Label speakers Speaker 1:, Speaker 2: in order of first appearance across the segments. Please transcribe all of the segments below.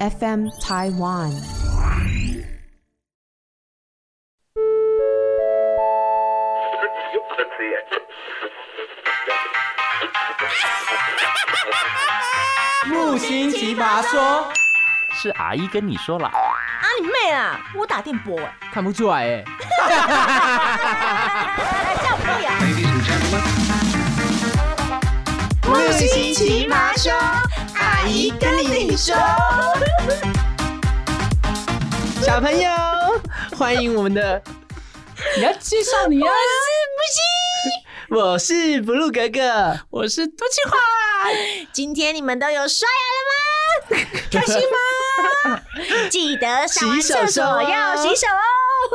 Speaker 1: FM Taiwan。
Speaker 2: 木星奇葩说，
Speaker 3: 是阿姨跟你说了，
Speaker 4: 啊你妹啊！我打电波哎，
Speaker 2: 看不出来哎。
Speaker 4: 来哎叫我呀！
Speaker 2: 木星奇葩说，阿姨跟你说。小朋友，欢迎我们的，你要介绍你啊！我是布鲁格格，我是多奇华，
Speaker 4: 今天你们都有刷牙了吗？开心吗？记得上完厕所要洗手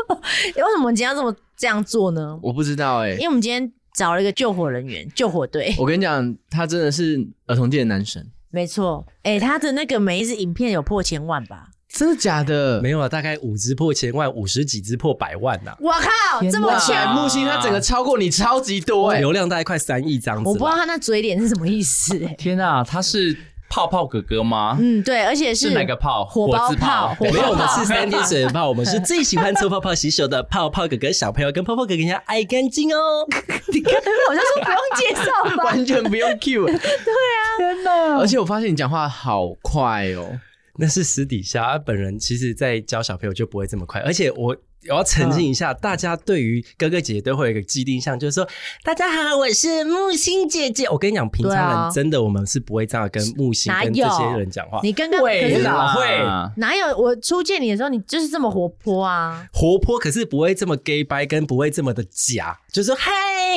Speaker 4: 哦。诶为什么我们今天要这么这样做 呢？
Speaker 2: 我不知道哎、
Speaker 4: 因为我们今天找了一个救火人员，救火队。
Speaker 5: 哦
Speaker 2: 我跟你讲，他真的是儿童界的男神，
Speaker 4: 没错，哎、他的那个每一支影片有破千万吧？
Speaker 2: 真的假的？
Speaker 6: 没有啊，大概五只破千万，五十几只破百万啊呐、
Speaker 4: 我靠，这么
Speaker 2: 哇
Speaker 4: 强！
Speaker 2: 木星他整个超过你超级多哎、
Speaker 6: 流量大概快三亿这样子
Speaker 4: 我
Speaker 6: 啦。
Speaker 4: 不知道他那嘴脸是什么意思、哎
Speaker 3: 天啊，他是泡泡哥哥吗？
Speaker 4: 嗯，对，而且
Speaker 3: 是哪个泡？
Speaker 4: 火
Speaker 3: 火
Speaker 4: 爆
Speaker 3: 字泡
Speaker 4: 泡，。火
Speaker 6: 没有，
Speaker 4: 爆
Speaker 6: 我们
Speaker 4: 泡
Speaker 6: 是。三天水泡，我们 是最喜欢搓泡泡洗手的泡泡哥哥小朋友，跟泡泡哥哥一样爱干净哦。
Speaker 4: 你看，我就说不用介绍吧。
Speaker 2: 完全不用 Q。对啊，天哪！而且我发现你讲话好快哦，
Speaker 6: 那是私底下，啊本人其实在教小朋友就不会这么快，而且我。我要澄清一下，大家对于哥哥姐姐都会有一个既定印象，就是说，大家好，我是木星姐姐。我跟你讲，平
Speaker 4: 对
Speaker 6: 常
Speaker 4: 啊
Speaker 6: 人真的我们是不会这样跟木星
Speaker 4: 哪
Speaker 6: 跟
Speaker 4: 有
Speaker 6: 这些人讲话，
Speaker 4: 你刚刚可
Speaker 6: 会
Speaker 4: 是
Speaker 6: 啊啦
Speaker 3: 啊
Speaker 4: 哪有？我初见你的时候，你就是这么活泼啊！
Speaker 6: 活泼，可是不会这么 gay 掰，跟不会这么的假，就是说嗨，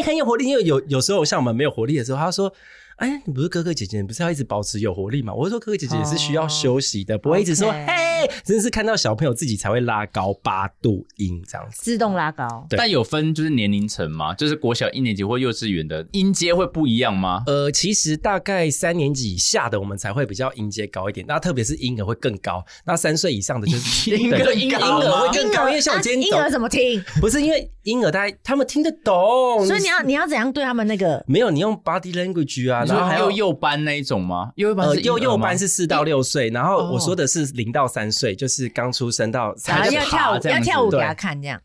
Speaker 6: 很有活力。因为有有时候像我们没有活力的时候，他说。哎，你不是哥哥姐姐，你不是要一直保持有活力嘛？我是说哥哥姐姐也是需要休息的，不会一直说
Speaker 4: 哦 OK
Speaker 6: 嘿，真是看到小朋友自己才会拉高八度音这样子。
Speaker 4: 自动拉高，
Speaker 6: 对
Speaker 3: 但有分就是年龄层吗？就是国小一年级或幼稚园的音阶会不一样吗？
Speaker 6: 呃，其实大概三年级以下的我们才会比较音阶高一点，那特别是婴儿会更高，那三岁以上的就是
Speaker 3: 婴儿
Speaker 6: 对婴
Speaker 3: 高吗
Speaker 6: 儿会更高，因为像我
Speaker 4: 啊
Speaker 6: 今天
Speaker 4: 婴
Speaker 6: 走
Speaker 4: 儿怎么听？
Speaker 6: 不是因为婴儿大概他们听得懂，
Speaker 4: 所以你要你要怎样对他们那个？
Speaker 6: 没有，你用 body language 啊，
Speaker 3: 你
Speaker 6: 然后
Speaker 3: 说
Speaker 6: 还
Speaker 3: 幼
Speaker 6: 有
Speaker 3: 幼班那一种吗？幼幼班
Speaker 6: 呃
Speaker 3: 是婴儿
Speaker 6: 幼幼
Speaker 3: 吗哦
Speaker 6: 班是四到六岁，然后我说的是零到三岁，就是刚出生到
Speaker 4: 然
Speaker 6: 才
Speaker 4: 后
Speaker 3: 是
Speaker 4: 啊要跳
Speaker 3: 爬
Speaker 4: 舞，
Speaker 3: 这
Speaker 4: 要
Speaker 3: 样子
Speaker 4: 跳舞给
Speaker 6: 对
Speaker 4: 他看，这样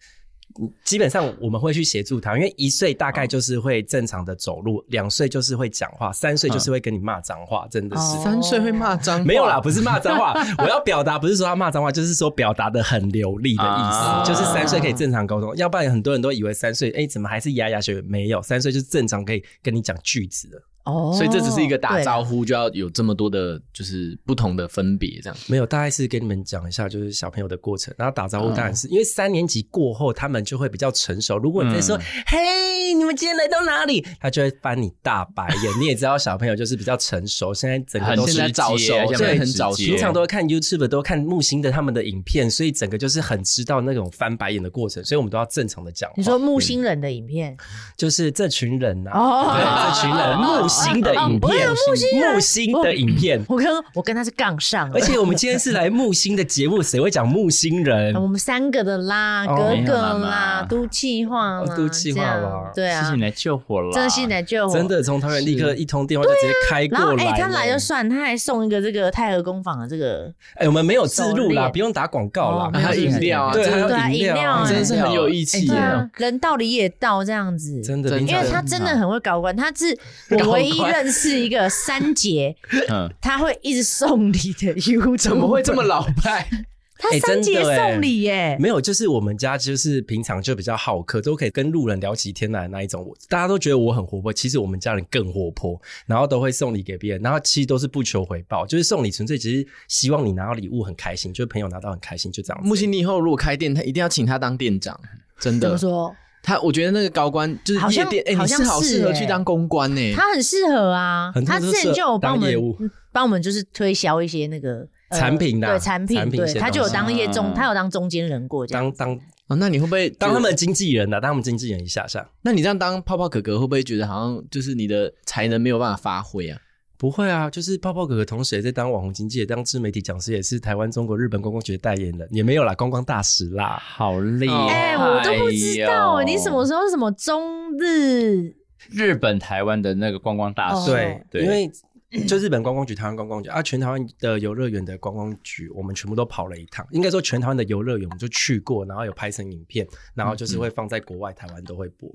Speaker 6: 基本上我们会去协助他，因为一岁
Speaker 3: 哦
Speaker 6: 大概就是会正常的走路，两岁就是会讲话，三岁
Speaker 3: 嗯
Speaker 6: 就是会跟你骂脏话，真的是
Speaker 4: 哦。
Speaker 2: 三岁会骂脏话
Speaker 6: 没有啦，，不是骂脏话。我要表达不是说他骂脏话，就是说表达的很流利的意思，
Speaker 3: 啊
Speaker 6: 就是三岁可以正常沟通。要不然很多人都以为三岁，哎，怎么还是牙牙学语？没有，三岁就是正常可以跟你讲句子的。
Speaker 4: 哦
Speaker 3: 所以这只是一个打招
Speaker 4: 呼。
Speaker 3: 呼，就要有这么多的，就是不同的分别这样。
Speaker 6: 没有，大概是跟你们讲一下，就是小朋友的过程。然后打招
Speaker 3: 嗯
Speaker 6: 呼当然是、因为三年级过后，他们就会比较成熟。如果你在说
Speaker 3: 嗯
Speaker 6: “嘿，你们今天来到哪里”，他就会翻你大白 眼。你也知道，小朋友就是比较成熟，现在整个
Speaker 3: 很
Speaker 6: 都
Speaker 3: 现在
Speaker 6: 是
Speaker 3: 早熟，
Speaker 6: 对
Speaker 3: 现在很早熟，
Speaker 6: 平常都会看 YouTube，都会看木星的他们的影片，所以整个就是很知道那种翻白眼的过程。所以我们都要正常的讲话。嗯
Speaker 4: 你说木星人的 影片
Speaker 6: 就是这群人啊，
Speaker 4: 哦
Speaker 6: 对，这群人木星的影
Speaker 4: 哦
Speaker 6: 片，
Speaker 4: 哦木星哦人
Speaker 6: 木星的影片。
Speaker 4: 我跟我跟他是杠上啊了，
Speaker 6: 而且我们今天是来木星的节目，谁会讲木星人？
Speaker 4: 啊我们三个的啦，
Speaker 6: 哦
Speaker 4: 格
Speaker 3: 没有
Speaker 4: 格
Speaker 3: 啦
Speaker 4: 啦
Speaker 3: 嘛，
Speaker 4: 都气化啦，
Speaker 6: 哦都气化啦
Speaker 4: 这样对
Speaker 3: 谢
Speaker 4: 啊
Speaker 3: 谢你，来救火了，
Speaker 4: 真的谢谢你来救我，
Speaker 6: 真。的从桃园立刻一通电话就直接开
Speaker 4: 然后
Speaker 6: 过来。
Speaker 4: 哎，他来就，算，他还送一个这个太和工坊的这个，
Speaker 6: 哎，我们没有自录
Speaker 4: 狩
Speaker 6: 啦，
Speaker 4: 猎
Speaker 6: 不用打广告啦
Speaker 4: 哦，没
Speaker 3: 还
Speaker 4: 有
Speaker 3: 有
Speaker 4: 自录
Speaker 3: 饮料啊，
Speaker 6: 对，
Speaker 3: 真
Speaker 6: 还
Speaker 3: 的
Speaker 6: 有
Speaker 4: 对啊饮料啊
Speaker 6: 料，
Speaker 3: 真的是很有义气
Speaker 4: 对
Speaker 3: 耶。
Speaker 4: 啊，人到理也到这样子，
Speaker 6: 真的，
Speaker 3: 真的
Speaker 6: 平
Speaker 4: 因
Speaker 6: 常
Speaker 4: 为他真的很会搞关，他是我唯一
Speaker 3: 搞关
Speaker 4: 认识一个三姐，
Speaker 3: 嗯，
Speaker 4: 他会一直送礼的 YouTube，
Speaker 2: 怎么会这么老派？
Speaker 4: 他
Speaker 6: 哎
Speaker 4: 三姐
Speaker 6: 真的哎
Speaker 4: 送礼耶？
Speaker 6: 没有，就是我们家就是平常就比较好客，都可以跟路人聊起天来的那一种。我大家都觉得我很活泼，其实我们家人更活泼，然后都会送礼给别人，然后其实都是不求回报，就是送礼纯粹只是希望你拿到礼物很开心，就是朋友拿到很开心，就这样 子。
Speaker 2: 木星，你以后如果开店，他一定要请他当店长，真
Speaker 4: 怎
Speaker 2: 的
Speaker 4: 么。说？
Speaker 2: 他我觉得那个高官就
Speaker 4: 好
Speaker 2: 是
Speaker 4: 像
Speaker 2: 夜店，哎，
Speaker 4: 好
Speaker 2: 你
Speaker 4: 像
Speaker 2: 是好适合
Speaker 4: 是
Speaker 2: 去
Speaker 4: 哎
Speaker 2: 当公关呢。
Speaker 4: 他很适合啊
Speaker 6: 很，多
Speaker 4: 他
Speaker 6: 都
Speaker 4: 之
Speaker 6: 是
Speaker 4: 前就有帮我
Speaker 6: 当业务
Speaker 4: 们嗯帮我们就是推销一些那个呃
Speaker 6: 产品啦
Speaker 4: 对产
Speaker 6: 产
Speaker 4: 品，
Speaker 6: 品一
Speaker 4: 对
Speaker 6: 些
Speaker 4: 他就有当一些中，
Speaker 3: 东西
Speaker 4: 他有当中间人过这样。
Speaker 6: 当当
Speaker 2: 哦，那你会不会
Speaker 6: 当他
Speaker 2: 觉得
Speaker 6: 们？经纪人啊呐、当他们经纪人一下下。
Speaker 2: 那你这样当泡泡哥哥，会不会觉得好像就是你的才能没有办法发挥啊？
Speaker 6: 不会啊，就是泡泡哥哥同时也在当网红经纪，也当自媒体讲师，也是台湾、中国、日本观光局的代言人，也没有啦，观光大使啦。
Speaker 3: 好累
Speaker 2: 哦
Speaker 4: 哎、我都不知道、
Speaker 3: 哎
Speaker 4: 欸
Speaker 3: 呦
Speaker 4: 你什么时候是什么中日
Speaker 3: 日本、台湾的那个观光大使，
Speaker 4: 哦
Speaker 3: 对
Speaker 6: 对，因为就日本观光局、台湾观光局啊，全台湾的游乐园的观光局，我们全部都跑了一趟。应该说，全台湾的游乐园我们就去过，然后有拍成影片，然后就是会放在国外、台湾都会播，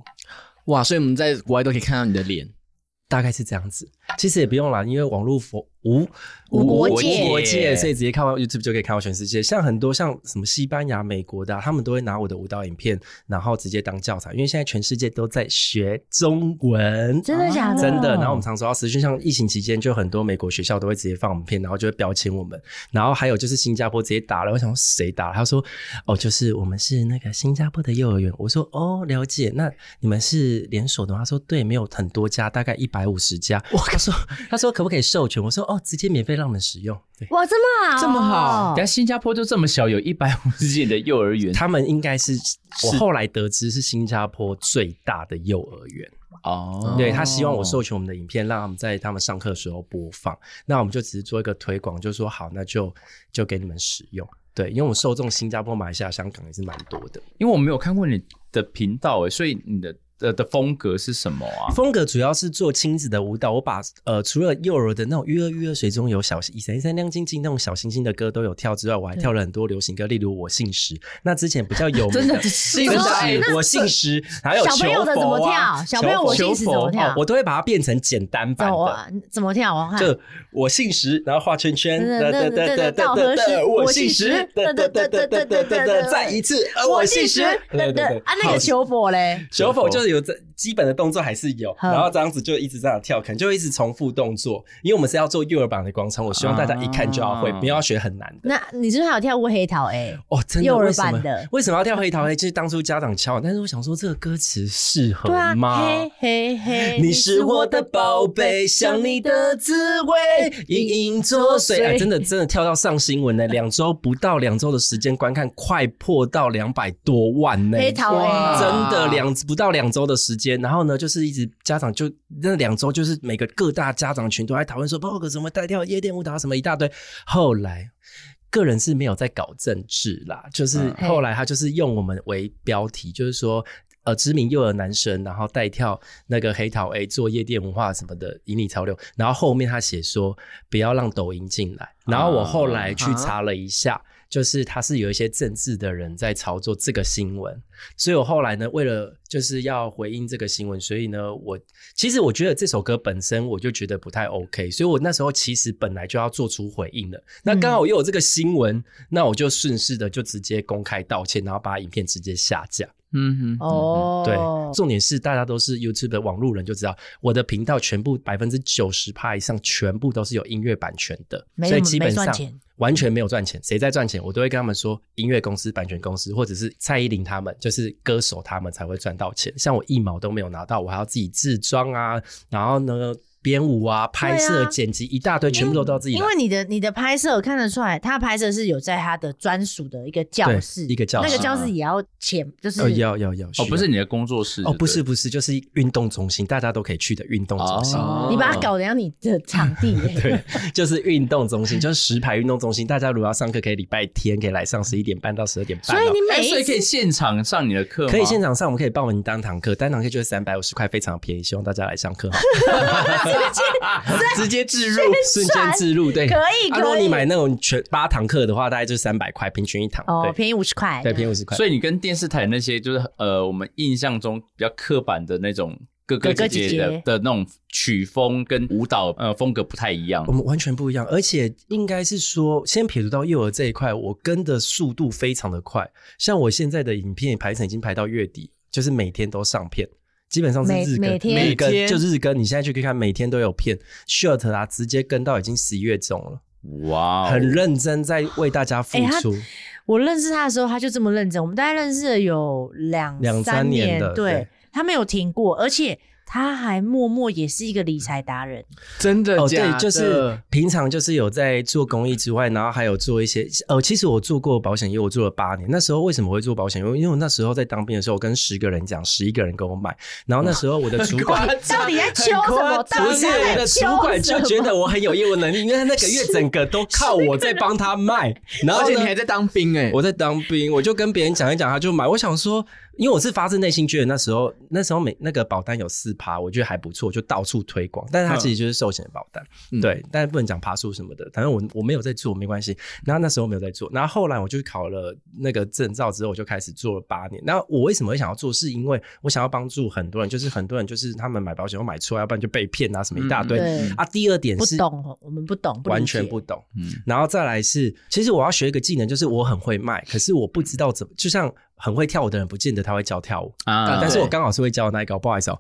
Speaker 2: 哇，所以我们在国外都可以看到你的脸，
Speaker 6: 大概是这样子。其实也不用啦，因为网络佛无
Speaker 4: 无国界
Speaker 6: 无国界，所以直接看到 YouTube 就可以看到全世界。像很多像什么西班牙、美国的啊、他们都会拿我的舞蹈影片，然后直接当教材，因为现在全世界都在学中文。
Speaker 4: 真的假的？
Speaker 6: 真的。然后我们常收到私讯，像疫情期间，就很多美国学校都会直接放我们片，然后就会标签我们。然后还有就是新加坡直接打了，我想说谁打了？他说哦，就是我们是那个新加坡的幼儿园。我说哦，了解。那你们是连锁的吗？他说对，没有很多家，大概一百五十家。我他说他说可不可以授权？我说哦，直接免费让你们使用。对。
Speaker 4: 哇，这么好，
Speaker 2: 这么好
Speaker 4: 哦
Speaker 3: 等下新加坡就这么小，有一百五十间的幼儿园
Speaker 6: 他们应该是，我后来得知是新加坡最大的幼儿园。
Speaker 3: 哦
Speaker 6: 对他希望我授权我们的影片，让他们在他们上课的时候播放。那我们就只是做一个推广，就说好，那就就给你们使用。对，因为我们受众新加坡、马来西亚、香港也是蛮多的。
Speaker 3: 因为我没有看过你的频道诶，所以你的的的风格是什么啊？
Speaker 6: 风格主要是做亲子的舞蹈，我把呃除了幼儿的那种“鱼儿鱼儿水中游”小以前三亮晶晶那种小星星的歌都有跳之外，我还跳了很多流行歌，例如《我姓石》。那之前比 较有名
Speaker 2: 真的
Speaker 6: 姓
Speaker 2: 真
Speaker 4: 的哎
Speaker 6: 石，我姓石，还有
Speaker 4: 小朋友的怎么
Speaker 6: 求佛啊
Speaker 4: 跳小朋友
Speaker 6: 求
Speaker 4: 我姓
Speaker 6: 求
Speaker 4: 石怎么
Speaker 6: 佛
Speaker 4: 跳
Speaker 6: 哦我都会把它变成简单
Speaker 4: 怎
Speaker 6: 版的。
Speaker 4: 么怎么跳？我看
Speaker 6: 就我姓石，然后画圈圈，
Speaker 4: 哒
Speaker 6: 哒
Speaker 4: 哒
Speaker 6: 哒
Speaker 4: 哒哒哒哒
Speaker 6: 哒哒哒
Speaker 4: 哒哒
Speaker 6: 哒，
Speaker 4: 我
Speaker 6: 我
Speaker 4: 姓
Speaker 6: 姓
Speaker 4: 石
Speaker 6: 石，
Speaker 4: 哒
Speaker 6: 哒
Speaker 4: 哒哒哒
Speaker 6: 哒哒哒
Speaker 4: 哒哒
Speaker 6: 哒哒
Speaker 4: 哒
Speaker 6: 哒
Speaker 4: 哒
Speaker 6: 哒，再一次，呃，我姓石，对对对，
Speaker 4: 啊，那个
Speaker 6: 好
Speaker 4: 求佛嘞，
Speaker 6: 求否就是有这基本的动作还是有，
Speaker 4: 好
Speaker 6: 然后这样子就一直这样跳，可能就一直重复动作，因为我们是要做幼儿版的广场，我希望大家一看就要会，
Speaker 3: 啊
Speaker 6: 不要学很难的。
Speaker 4: 那你是不是还有跳过黑桃？哎，
Speaker 6: 哦，真的
Speaker 4: 幼儿
Speaker 6: 为什么
Speaker 4: 版的
Speaker 6: 为什么要跳黑桃黑？就是当初家长敲我，但是我想说这个歌词适合
Speaker 4: 对啊，
Speaker 6: 吗？
Speaker 4: 嘿嘿嘿，
Speaker 6: 哦你是我的宝贝，想你的滋味隐隐作祟。哎，真的真的跳到上新闻了，两周不到两周的时间，观看快破到两百多万呢。
Speaker 4: 黑桃
Speaker 3: 哇
Speaker 4: 哎，
Speaker 6: 真的
Speaker 2: 哦
Speaker 6: 两不到两周的时间，然后呢，就是一直家长就那两周，就是每个各大家长群都在讨论说，包括什么带跳夜店舞蹈什么一大堆。后来，个人是没有在搞政治啦，就是
Speaker 3: 嗯
Speaker 6: 后来他就是用我们为标题，就是说。呃，知名幼儿男神，然后带跳那个黑桃 A 做夜店文化什么的引领潮流，然后后面他写说不要让抖音进来，然后我后来去查了一下，就是他是有一些政治的人在操作这个新闻，所以我后来呢，为了就是要回应这个新闻，所以呢，我其实我觉得这首歌本身我就觉得不太 OK，所以我那时候其实本来就要做出回应的。那刚
Speaker 4: 嗯
Speaker 6: 好又有这个新闻，那我就顺势的就直接公开道歉，然后把影片直接下架。
Speaker 3: 嗯哼，
Speaker 4: 哦，
Speaker 6: 嗯对，重点是大家都是 YouTube 的网路人就知道，我的频道全部百分之九十趴以上全部都是有音乐版权的，
Speaker 4: 没
Speaker 6: 所以
Speaker 4: 有
Speaker 6: 基
Speaker 4: 没
Speaker 6: 本
Speaker 4: 赚
Speaker 6: 上
Speaker 4: 钱
Speaker 6: 完全没有赚钱。谁在赚钱，我都会跟他们说，音乐公司、版权公司或者是蔡依林他们，就是歌手他们才会赚到钱。像我一毛都没有拿到，我还要自己自装啊，然后呢编舞啊、拍摄、
Speaker 4: 对啊
Speaker 6: 剪辑一大堆，全部都都要自己
Speaker 4: 因
Speaker 6: 来。
Speaker 4: 为你的你的拍摄我看得出来，他拍摄是有在他的专属的一个教
Speaker 6: 对
Speaker 4: 室，
Speaker 6: 一个教室
Speaker 4: 那个教室也要钱，就是
Speaker 6: 哦，要要要
Speaker 3: 哦，不是
Speaker 6: 需
Speaker 3: 你的工作室
Speaker 6: 要哦，不是不是，就是运动中心，大家都可以去的运动中心。
Speaker 3: 哦
Speaker 4: 你把它搞得像你的场地耶，
Speaker 6: 对，就是运动中心，就是石牌运动中心。大家如果要上课，可以礼拜天可以来上十一点半到十二点半哦、
Speaker 4: 所以你
Speaker 3: 哎，
Speaker 4: 每
Speaker 3: 所
Speaker 4: 一
Speaker 3: 以可以
Speaker 4: 次
Speaker 3: 现场上你的课吗，
Speaker 6: 可以现场上，我们可以报名单堂课，单堂课就是三百五十块，非常便宜，希望大家来上课。 直接置入，瞬间置入，对，
Speaker 4: 可以
Speaker 6: 啊如果
Speaker 4: 可以
Speaker 6: 你买那种全八堂课的话，大概就三百块，平均一堂，
Speaker 4: 哦，
Speaker 6: 对，
Speaker 4: 便宜五十块，
Speaker 6: 对，便宜五十块。
Speaker 3: 所以你跟电视台那些就是呃，我们印象中比较刻板的那种哥哥
Speaker 4: 哥
Speaker 3: 姐
Speaker 4: 哥姐
Speaker 3: 姐
Speaker 4: 姐
Speaker 3: 的的那种曲风跟舞蹈
Speaker 6: 嗯
Speaker 3: 呃风格不太一样
Speaker 6: 我。们完全不一样，而且应该是说，先撇除到幼儿这一块，我跟的速度非常的快。像我现在的影片排程已经排到月底，就是每天都上片，基本上是
Speaker 4: 每
Speaker 6: 日更，
Speaker 4: 每天
Speaker 6: 日
Speaker 2: 每
Speaker 6: 更
Speaker 2: 天
Speaker 6: 就日更。你现在去可以看，每天都有片，short 啊，直接跟到已经十一月中了，
Speaker 3: 哇哦，
Speaker 6: 很认真在为大家付
Speaker 4: 哎他
Speaker 6: 出。
Speaker 4: 我认识他的时候，他就这么认真。我们大概认识了有两
Speaker 6: 两
Speaker 4: 三
Speaker 6: 三年的
Speaker 4: 对
Speaker 6: 对
Speaker 4: 他没有停过，而且他还默默也是一个理财达人。
Speaker 2: 真的
Speaker 6: 哦，
Speaker 2: 假
Speaker 6: 对，
Speaker 2: 的？。
Speaker 6: 就是平常就是有在做公益之外，然后还有做一些呃，其实我做过保险业，我做了八年。那时候为什么会做保险业？因为我那时候在当兵的时候，我跟十个人讲，十一个人跟我买。然后那时候我的主 管
Speaker 4: 到底在
Speaker 2: 很
Speaker 4: 秋什
Speaker 2: 夸
Speaker 4: 么？
Speaker 2: 张
Speaker 4: 到
Speaker 6: 不
Speaker 4: 底
Speaker 6: 是
Speaker 4: 在
Speaker 6: 我的
Speaker 4: 秋
Speaker 6: 主管
Speaker 4: 什
Speaker 6: 就
Speaker 4: 么
Speaker 6: 觉得我很有业务能力，因为他那个月整个都靠我在 帮他卖，然后
Speaker 2: 而且
Speaker 6: 呢
Speaker 2: 你还在当兵哎、
Speaker 6: 我在当兵，我就跟别人讲一讲，他就买。我想说，因为我是发自内心觉得那时候那时候每那个保单有四趴，我觉得还不错，就到处推广。但是它其实就是寿险的保单，
Speaker 3: 嗯
Speaker 6: 对，但是不能讲爬树什么的。反正我我没有在做，没关系。然后那时候没有在做，然后后来我就考了那个证照之后，我就开始做了八年。那我为什么会想要做？是因为我想要帮助很多人，就是很多人就是他们买保险后买错，要不然就被骗啊什么一大堆、
Speaker 4: 嗯嗯
Speaker 6: 啊。第二点
Speaker 4: 不
Speaker 6: 是
Speaker 4: 懂哦，我们不懂，
Speaker 6: 完全不
Speaker 4: 不理解
Speaker 6: 懂。
Speaker 3: 嗯
Speaker 6: 然后再来是，其实我要学一个技能，就是我很会卖，可是我不知道怎么，就像很会跳舞的人，不见得他会教跳舞。
Speaker 3: 啊
Speaker 6: 啊、但是我刚好是会教的那一个，不好意思哦。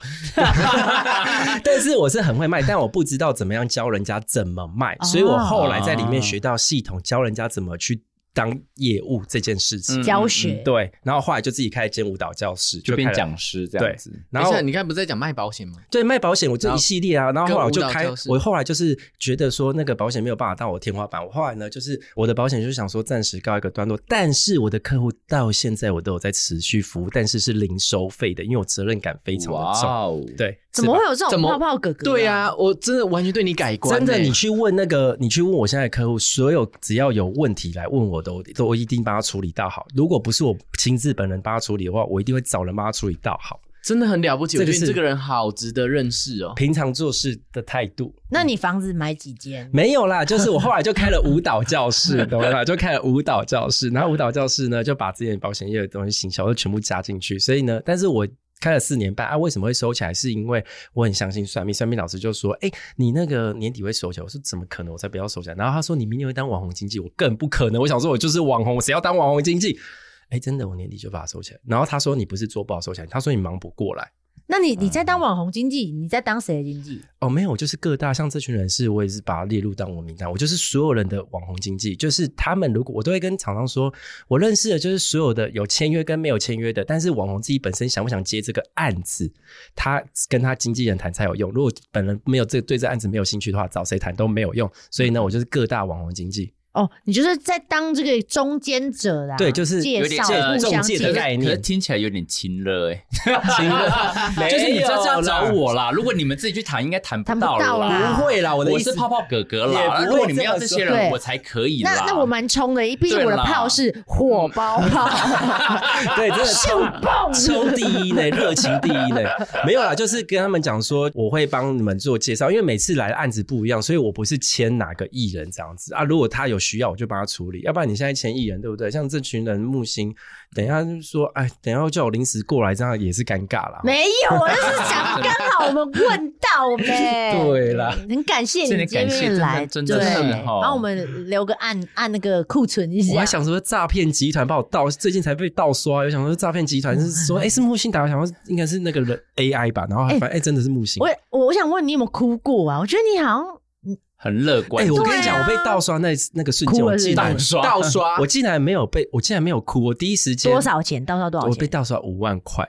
Speaker 6: 但是我是很会卖，但我不知道怎么样教人家怎么卖，
Speaker 4: 啊
Speaker 6: 所以我后来在里面学到系统，教人家怎么去当业务这件事情。
Speaker 3: 嗯
Speaker 4: 教学，
Speaker 6: 对，然后后来就自己开始兼舞蹈教室，
Speaker 3: 就
Speaker 6: 开
Speaker 3: 变
Speaker 6: 了。
Speaker 3: 讲师这样子，
Speaker 6: 然
Speaker 5: 然
Speaker 6: 后
Speaker 5: 后你刚才不是在讲卖保险吗？
Speaker 6: 对，卖保险我这
Speaker 5: 然
Speaker 6: 一
Speaker 5: 后
Speaker 6: 系列啊，然后后来我就开
Speaker 5: 跟舞蹈教，室
Speaker 6: 我后来就是觉得说那个保险没有办法到我天花板，我后来呢就是我的保险就是想说暂时告一个段落，但是我的客户到现在我都有在持续服务，但是是零收费的，因为我责任感非常的重。
Speaker 3: 哇哦，
Speaker 6: 对，
Speaker 4: 怎么
Speaker 6: 是吧
Speaker 4: 会有这
Speaker 5: 怎
Speaker 4: 种
Speaker 5: 么
Speaker 4: 泡泡哥哥？
Speaker 5: 对啊，我真的完全对你改观欸。
Speaker 2: 哎
Speaker 6: 真的，你去问那个，你去问我现在的客户，所有只要有问题来问我的，我都我一定帮他处理到好。如果不是我亲自本人帮他处理的话，我一定会找人帮他处理到好。
Speaker 5: 真的很了不起，
Speaker 6: 这
Speaker 5: 我
Speaker 6: 个
Speaker 5: 觉得
Speaker 6: 是
Speaker 5: 你这个人好值得认识哦。
Speaker 6: 平常做事的态度
Speaker 4: 那你房子买几间？
Speaker 6: 没有啦，就是我后来就开了舞蹈教室，懂了吧？就开了舞蹈教室，然后舞蹈教室呢，就把自己的保险业的东西、行销都全部加进去。所以呢，但是我。开了四年半啊，为什么会收起来？是因为我很相信算命，算命老师就说：“哎、你那个年底会收起来。”我说：“怎么可能？我才不要收起来。”然后他说：“你明年会当网红经济。”我更不可能。我想说，我就是网红，谁要当网红经济？哎、真的，我年底就把它收起来。然后他说：“你不是做不好收起来，他说你忙不过来。”
Speaker 4: 那你你在当网红经纪，你在当谁的经纪？
Speaker 6: 哦，没有，就是各大像这群人士，我也是把它列入到我名单。我就是所有人的网红经济，就是他们如果我都会跟厂商说，我认识的就是所有的有签约跟没有签约的，但是网红自己本身想不想接这个案子，他跟他经纪人谈才有用。如果本人没有这对这案子没有兴趣的话，找谁谈都没有用。所以呢，我就是各大网红经济，
Speaker 4: 哦，你就是在当这个中间者啦，
Speaker 6: 对就是
Speaker 4: 介
Speaker 3: 有点
Speaker 4: 绍
Speaker 3: 像
Speaker 4: 互相
Speaker 6: 中介
Speaker 4: 介
Speaker 6: 的
Speaker 4: 绍
Speaker 6: 概。念
Speaker 3: 可是听起来有点亲热哎，
Speaker 6: 亲热
Speaker 3: 就是你
Speaker 6: 没
Speaker 3: 知
Speaker 6: 有
Speaker 3: 道这样
Speaker 6: 哎啦
Speaker 3: 找我啦，如果你们自己去谈，应该谈
Speaker 4: 谈不
Speaker 3: 到
Speaker 4: 到啦
Speaker 3: 啦，
Speaker 6: 不会啦，我的意
Speaker 3: 我
Speaker 6: 思
Speaker 3: 是泡泡哥哥
Speaker 6: 也不
Speaker 3: 啦，
Speaker 6: 会
Speaker 3: 如果你们要这些
Speaker 4: 这么说
Speaker 3: 人，
Speaker 4: 对
Speaker 3: 我才可以
Speaker 4: 那
Speaker 3: 啦。
Speaker 4: 那我蛮冲的，毕竟我的
Speaker 3: 对啦
Speaker 4: 炮是火
Speaker 6: 嗯
Speaker 4: 啊包炮，
Speaker 6: 对， 真的抽
Speaker 4: 棒
Speaker 6: 抽第一呢，热情第一呢。没有啦，就是跟他们讲说，我会帮你们做介绍，因为每次来的案子不一样，所以我不是签哪个艺人这样子啊。如果他有需要，我就帮他处理。要不然你现在签艺人，对不对？像这群人木星，等一下就说，哎，等一下叫我临时过来，这样也是尴尬啦。
Speaker 4: 没有，我就是想刚好我们问到 呗。
Speaker 6: 对啦，
Speaker 4: 很感谢你今天来，
Speaker 3: 真的
Speaker 4: 对
Speaker 3: 感谢真的真的是哦
Speaker 4: 帮我们留个按按那个库存一下。
Speaker 6: 我还想说诈骗集团把我盗，最近才被盗刷。我想说诈骗集团是
Speaker 4: 嗯
Speaker 6: 说，哎、是木星打，我想说应该是那个人 AI 吧，然后还发现，哎、真的是木星。
Speaker 4: 我也，我我想问你有没有哭过啊？我觉得你好像
Speaker 3: 很乐
Speaker 6: 哎、
Speaker 3: 观，
Speaker 6: 我跟
Speaker 4: 对
Speaker 6: 你
Speaker 4: 啊
Speaker 6: 讲，我被盗刷那那个瞬间，
Speaker 4: 哭了
Speaker 6: 我竟然
Speaker 4: 是不
Speaker 3: 是
Speaker 5: 盗刷
Speaker 6: 我竟然没有被，我竟然没有哭。我第一时间
Speaker 4: 多少钱？到到多少
Speaker 6: 我
Speaker 4: 钱
Speaker 6: 被？盗刷五 万块，